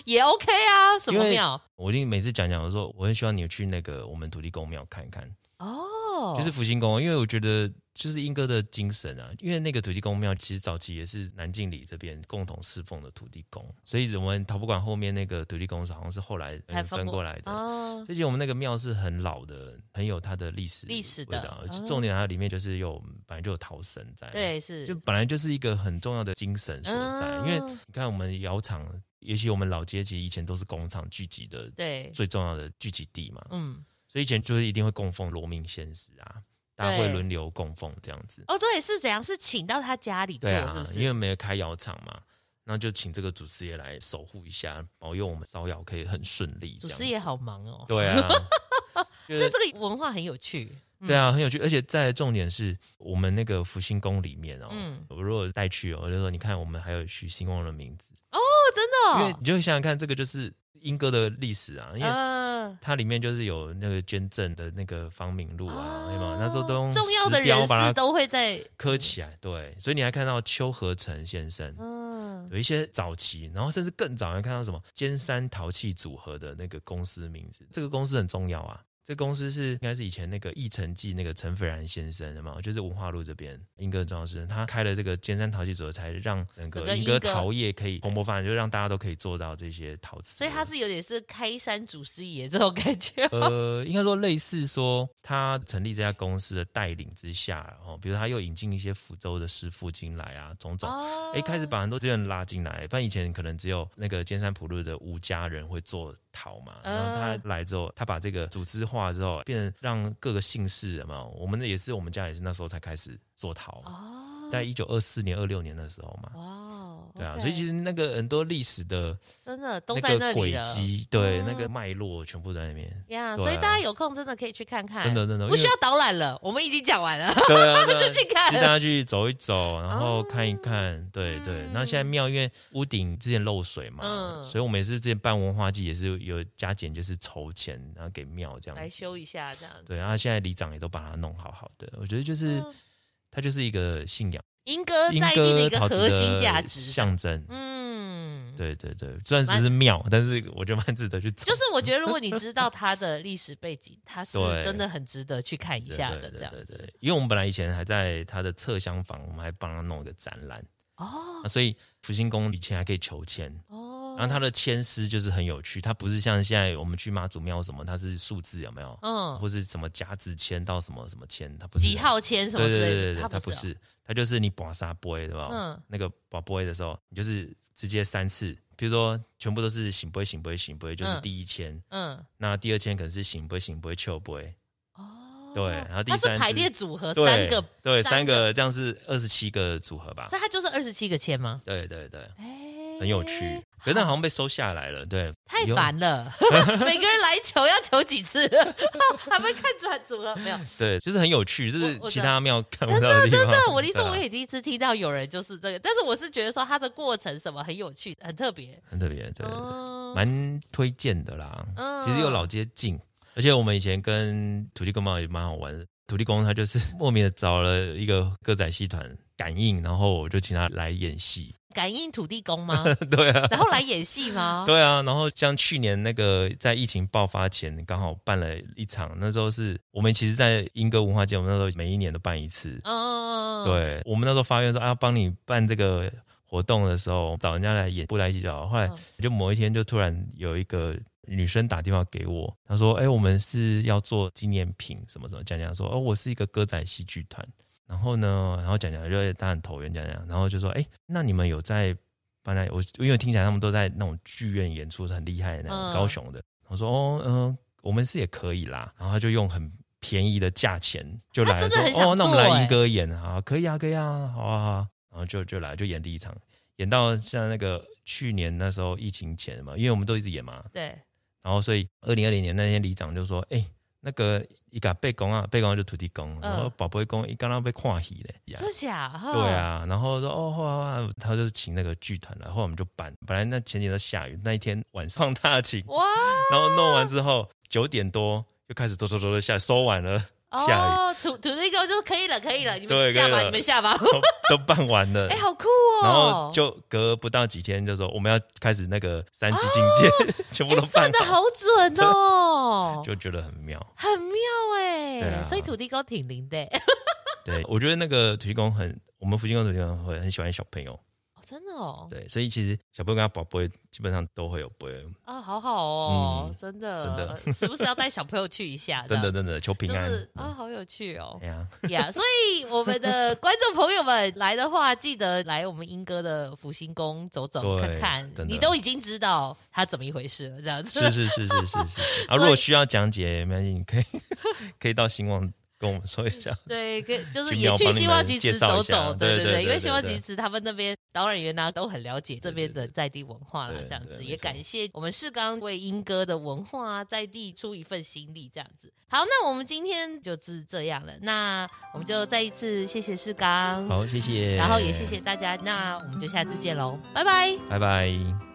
B: 也 OK 啊，什么
A: 因为
B: 庙？
A: 我一定每次讲讲，我说我很希望你去那个我们土地公庙看一看，
B: 哦，
A: 就是福星宫，因为我觉得就是英哥的精神啊，因为那个土地公庙其实早期也是南靖里这边共同侍奉的土地公，所以我们陶博馆后面那个土地公好像是后来呃
B: 才分
A: 分
B: 过
A: 过来的。
B: 哦，
A: 最近我们那个庙是很老的，很有它的历史
B: 历史的
A: 味道。
B: 哦
A: 重点它里面就是有本来就有逃生在，，
B: 对，是
A: 就本来就是一个很重要的精神所在。
B: 嗯
A: 因为你看我们窑厂，也许我们老街其实以前都是工厂聚集的
B: 对，
A: 最重要的聚集地嘛，
B: 嗯，
A: 所以以前就是一定会供奉罗命先师啊，大家会
B: 对
A: 轮流供奉这样子。
B: 哦，对，是怎样？是请到他家里做，
A: 对啊，
B: 是不是？
A: 因为没有开窑厂嘛。那就请这个祖师爷来守护一下，保佑我们烧窑可以很顺利。
B: 祖
A: 这样
B: 师爷
A: 子，
B: 好忙哦。
A: 对啊，
B: [laughs]
A: 就是
B: 那这个文化很有趣，
A: 对啊，很有趣，而且再来重点是我们那个福星宫里面哦，
B: 嗯
A: 我如果带去哦，我就说你看我们还有许兴旺的名字，因为
B: 哦，
A: 你就会想想看，这个就是英歌的历史啊，因为
B: 嗯，
A: 它里面就是有那个捐赠的那个方明路啊，对吗？那时候都用
B: 哦重要的
A: 石雕
B: 人
A: 把
B: 士
A: 它
B: 都会在，
A: 刻起来，对，所以你还看到邱和成先生。
B: 嗯，
A: 有一些早期，然后甚至更早，还看到什么尖山陶器组合的那个公司名字，这个公司很重要啊。这公司是应该是以前那个易成记那个陈斐然先生的嘛，就是文化路这边英歌庄师，他开了这个尖山陶器组合，才让整
B: 整
A: 个
B: 个
A: 英歌
B: 英歌
A: 陶业可以蓬勃发展，就让大家都可以做到这些陶瓷。
B: 所以他是有点是开山祖师爷这种感
A: [laughs]
B: 觉。
A: 呃，应该说类似说他成立这家公司的带领之下，然后比如他又引进一些福州的师傅进来啊，种种。
B: 哦
A: 哎，开始把很多资源拉进来，不然以前可能只有那个尖山普路的吴家人会做讨嘛。然后
B: 嗯
A: 他来之后，他把这个组织化之后，变成让各个姓氏嘛，我们也是我们家也是那时候才开始做陶，
B: 哦，
A: 在一九二四年、二六年的时候嘛。
B: 哇哦，
A: 对啊，
B: OK
A: 所以其实那个很多历史的
B: 真的都在
A: 那
B: 那
A: 个
B: 里
A: 轨
B: 了
A: 迹，对
B: 嗯
A: 那个脉络全部在那边。对
B: 呀
A: 啊
B: 所以大家有空真的可以去看看，
A: 真的真的
B: 不
A: 因
B: 需
A: 为
B: 要导览
A: [laughs]
B: 了，我们已经讲完了，
A: 对啊，
B: [laughs]
A: 对啊
B: 去看
A: 其实大家去走一走，然后看一看，对对
B: 嗯。
A: 那现在庙因为屋顶之前漏水嘛，
B: 嗯
A: 所以我们也是之前办文化祭也是有加减，就是筹钱然后给庙这样
B: 来
A: 子。
B: 修一下这样子。
A: 对，然后现在里长也都把它弄好好的，我觉得就是
B: 嗯
A: 它就是一个信仰，
B: 英歌
A: 莺
B: 在地的一
A: 歌
B: 个
A: 陶瓷
B: 核心价
A: 的
B: 值，啊
A: 象征。
B: 嗯，
A: 对对对，虽然只是庙，但是我觉得蛮值得去走。
B: 就是我觉得如果你知道它的历史背景，它是
A: 对
B: 真的很值得去看一
A: 对
B: 下
A: 对
B: 的
A: 对
B: 这样
A: 对
B: 子。
A: 对，因为我们本来以前还在它的侧厢房，我们还帮他弄一个展览。
B: 哦
A: 啊，所以福星宫以前还可以求签，
B: 哦，
A: 然后它的签诗就是很有趣，它不是像现在我们去妈祖庙什么，它是数字有没有，
B: 嗯
A: 或是啊什么甲子签到什么什么签，它不是
B: 几号签什么
A: 对
B: 之
A: 对
B: 类
A: 对
B: 的，
A: 对，它不
B: 不哦
A: 是，它就是你把沙波对吧？
B: 嗯
A: 那个把波的时候，你就是直接三次，比如说全部都是醒波醒波醒波，就是
B: 嗯
A: 第一签，
B: 嗯
A: 那第二签可能是醒波醒波秋波，
B: 哦，
A: 对然后第
B: 它是
A: 三
B: 排
A: 支
B: 列组合
A: 对
B: 三个，
A: 对
B: 三
A: 三个这样是二十七个组合吧
B: 所？以它就是二十七个签吗？
A: 对对对，
B: 哎，
A: 很有趣，可是那好像被收下来了，对，
B: 太
A: 以后 [laughs]
B: 烦了，每个人来求要求几次， [laughs] 还会看转组合
A: [laughs]
B: 没有？
A: 对，就是很有趣，就是
B: 我我
A: 其
B: 知道
A: 他庙看不到的地方。真
B: 那
A: [laughs]
B: 我那时
A: 啊
B: 候我也第一次听到有人就是这个，但是我是觉得说它的过程什么很有趣，很特别。
A: 啊很特别，对，
B: 哦
A: 蛮推荐的啦。
B: 嗯
A: 其实又老街近，而且我们以前跟土地公庙也蛮好玩的。土地公他就是莫名的找了一个歌仔戏团感应，然后我就请他来演戏。 [laughs]
B: 感应土地公吗？
A: 对啊，
B: 然后来演戏吗？
A: [laughs] 对啊，然后像去年那个在疫情爆发前，刚好办了一场，那时候是我们其实，在英歌文化节，我们那时候每一年都办一次，
B: 嗯，嗯，嗯嗯
A: 对我们那时候发愿说啊，要帮你办这个活动的时候，找人家来演布莱戏就好。后来
B: 嗯
A: 就某一天就突然有一个女生打电话给我，她说：“哎、我们是要做纪念品什么什么。”讲讲说：“哦，我是一个歌仔戏剧团。”然后呢，然后讲讲就他很投缘，讲讲，然后就说：“哎、那你们有在搬来？我因为听起来他们都在那种剧院演出，是很厉害的那种、
B: 嗯
A: 高雄的。”我说：“哦，嗯、我们是也可以啦。”然后他就用很便宜的价钱就来了
B: 他真的
A: 说
B: 很想
A: 哦，那我们
B: 做欸
A: 来一哥演啊，可以啊，可以啊，好啊，好啊然后就就来就演第一场，演到像那个去年那时候疫情前嘛，因为我们都一直演嘛，
B: 对，
A: 然后所以二零二零年那天里长就说，哎、那个一个背公啊，背公就土地公，然后宝贝公一刚刚被跨戏嘞，
B: 嗯真的假？哈
A: 对，啊，然后说哦，后来后来他就请那个剧团来，后来我们就办，本来那前几天都下雨，那一天晚上大请，
B: 哇，
A: 然后弄完之后九点多就开始哆哆哆的下，收完了。下雨嗯
B: 哦，土土地公就是可以了，可以了，你们
A: 对
B: 下吧，
A: 可以了
B: 你们下吧。
A: [laughs] 都都办完了，
B: 哎，好酷
A: 然后
B: 哦！
A: 就隔不到几天就说我们要开始那个三级境界， [laughs] 全部
B: 哎
A: 都
B: 算
A: 办
B: 的
A: 好，
B: 好准哦，
A: 就觉得很妙。
B: 很妙
A: 对
B: 哎。
A: 啊
B: 所以土地公挺灵的 [laughs] 哎，
A: 对，我觉得那个土地公很，我们福建宫土地公会很喜欢小朋友，
B: 哦真的哦，
A: 对，所以其实小朋友跟他宝贝基本上都会有杯，
B: 啊，好好哦
A: 嗯，
B: 真的，呃
A: 真
B: 时不时要带小朋友去一下？
A: [laughs] 真
B: 这样
A: 的真的求平
B: 就
A: 安。
B: 是啊，好有趣哦 [laughs]
A: 哎呀，
B: 呀所以我们的观众朋友们来的话，记得来我们英哥的福星宫走走
A: 对
B: 看看，
A: 真的
B: 你都已经知道它怎么一回事了，这样子。
A: 是是是是是是
B: [laughs]
A: 是。啊，如果需要讲解，没关系，你可以 [laughs] 可以到兴旺跟我们说一下。 [laughs]
B: 对，跟就是
A: 去
B: 也
A: 庙
B: 去
A: 帮你
B: 希望
A: 们
B: 集
A: 介
B: 祠
A: 绍
B: 走
A: 一下
B: 走，
A: 对
B: 对
A: 对对
B: 因为
A: 对
B: 希望
A: 对
B: 集祠他们那边导览员呢、啊都很了解这边的在地文化啦
A: 对，对
B: 这样子
A: 对
B: 也
A: 没错
B: 感谢我们世刚为英歌的文化啊在地出一份心力，这样子。好，那我们今天就是这样了，那我们就再一次谢谢世刚，
A: 好，谢谢。
B: 然后也谢谢，大家，那我们就下次见喽，拜拜。
A: 拜拜。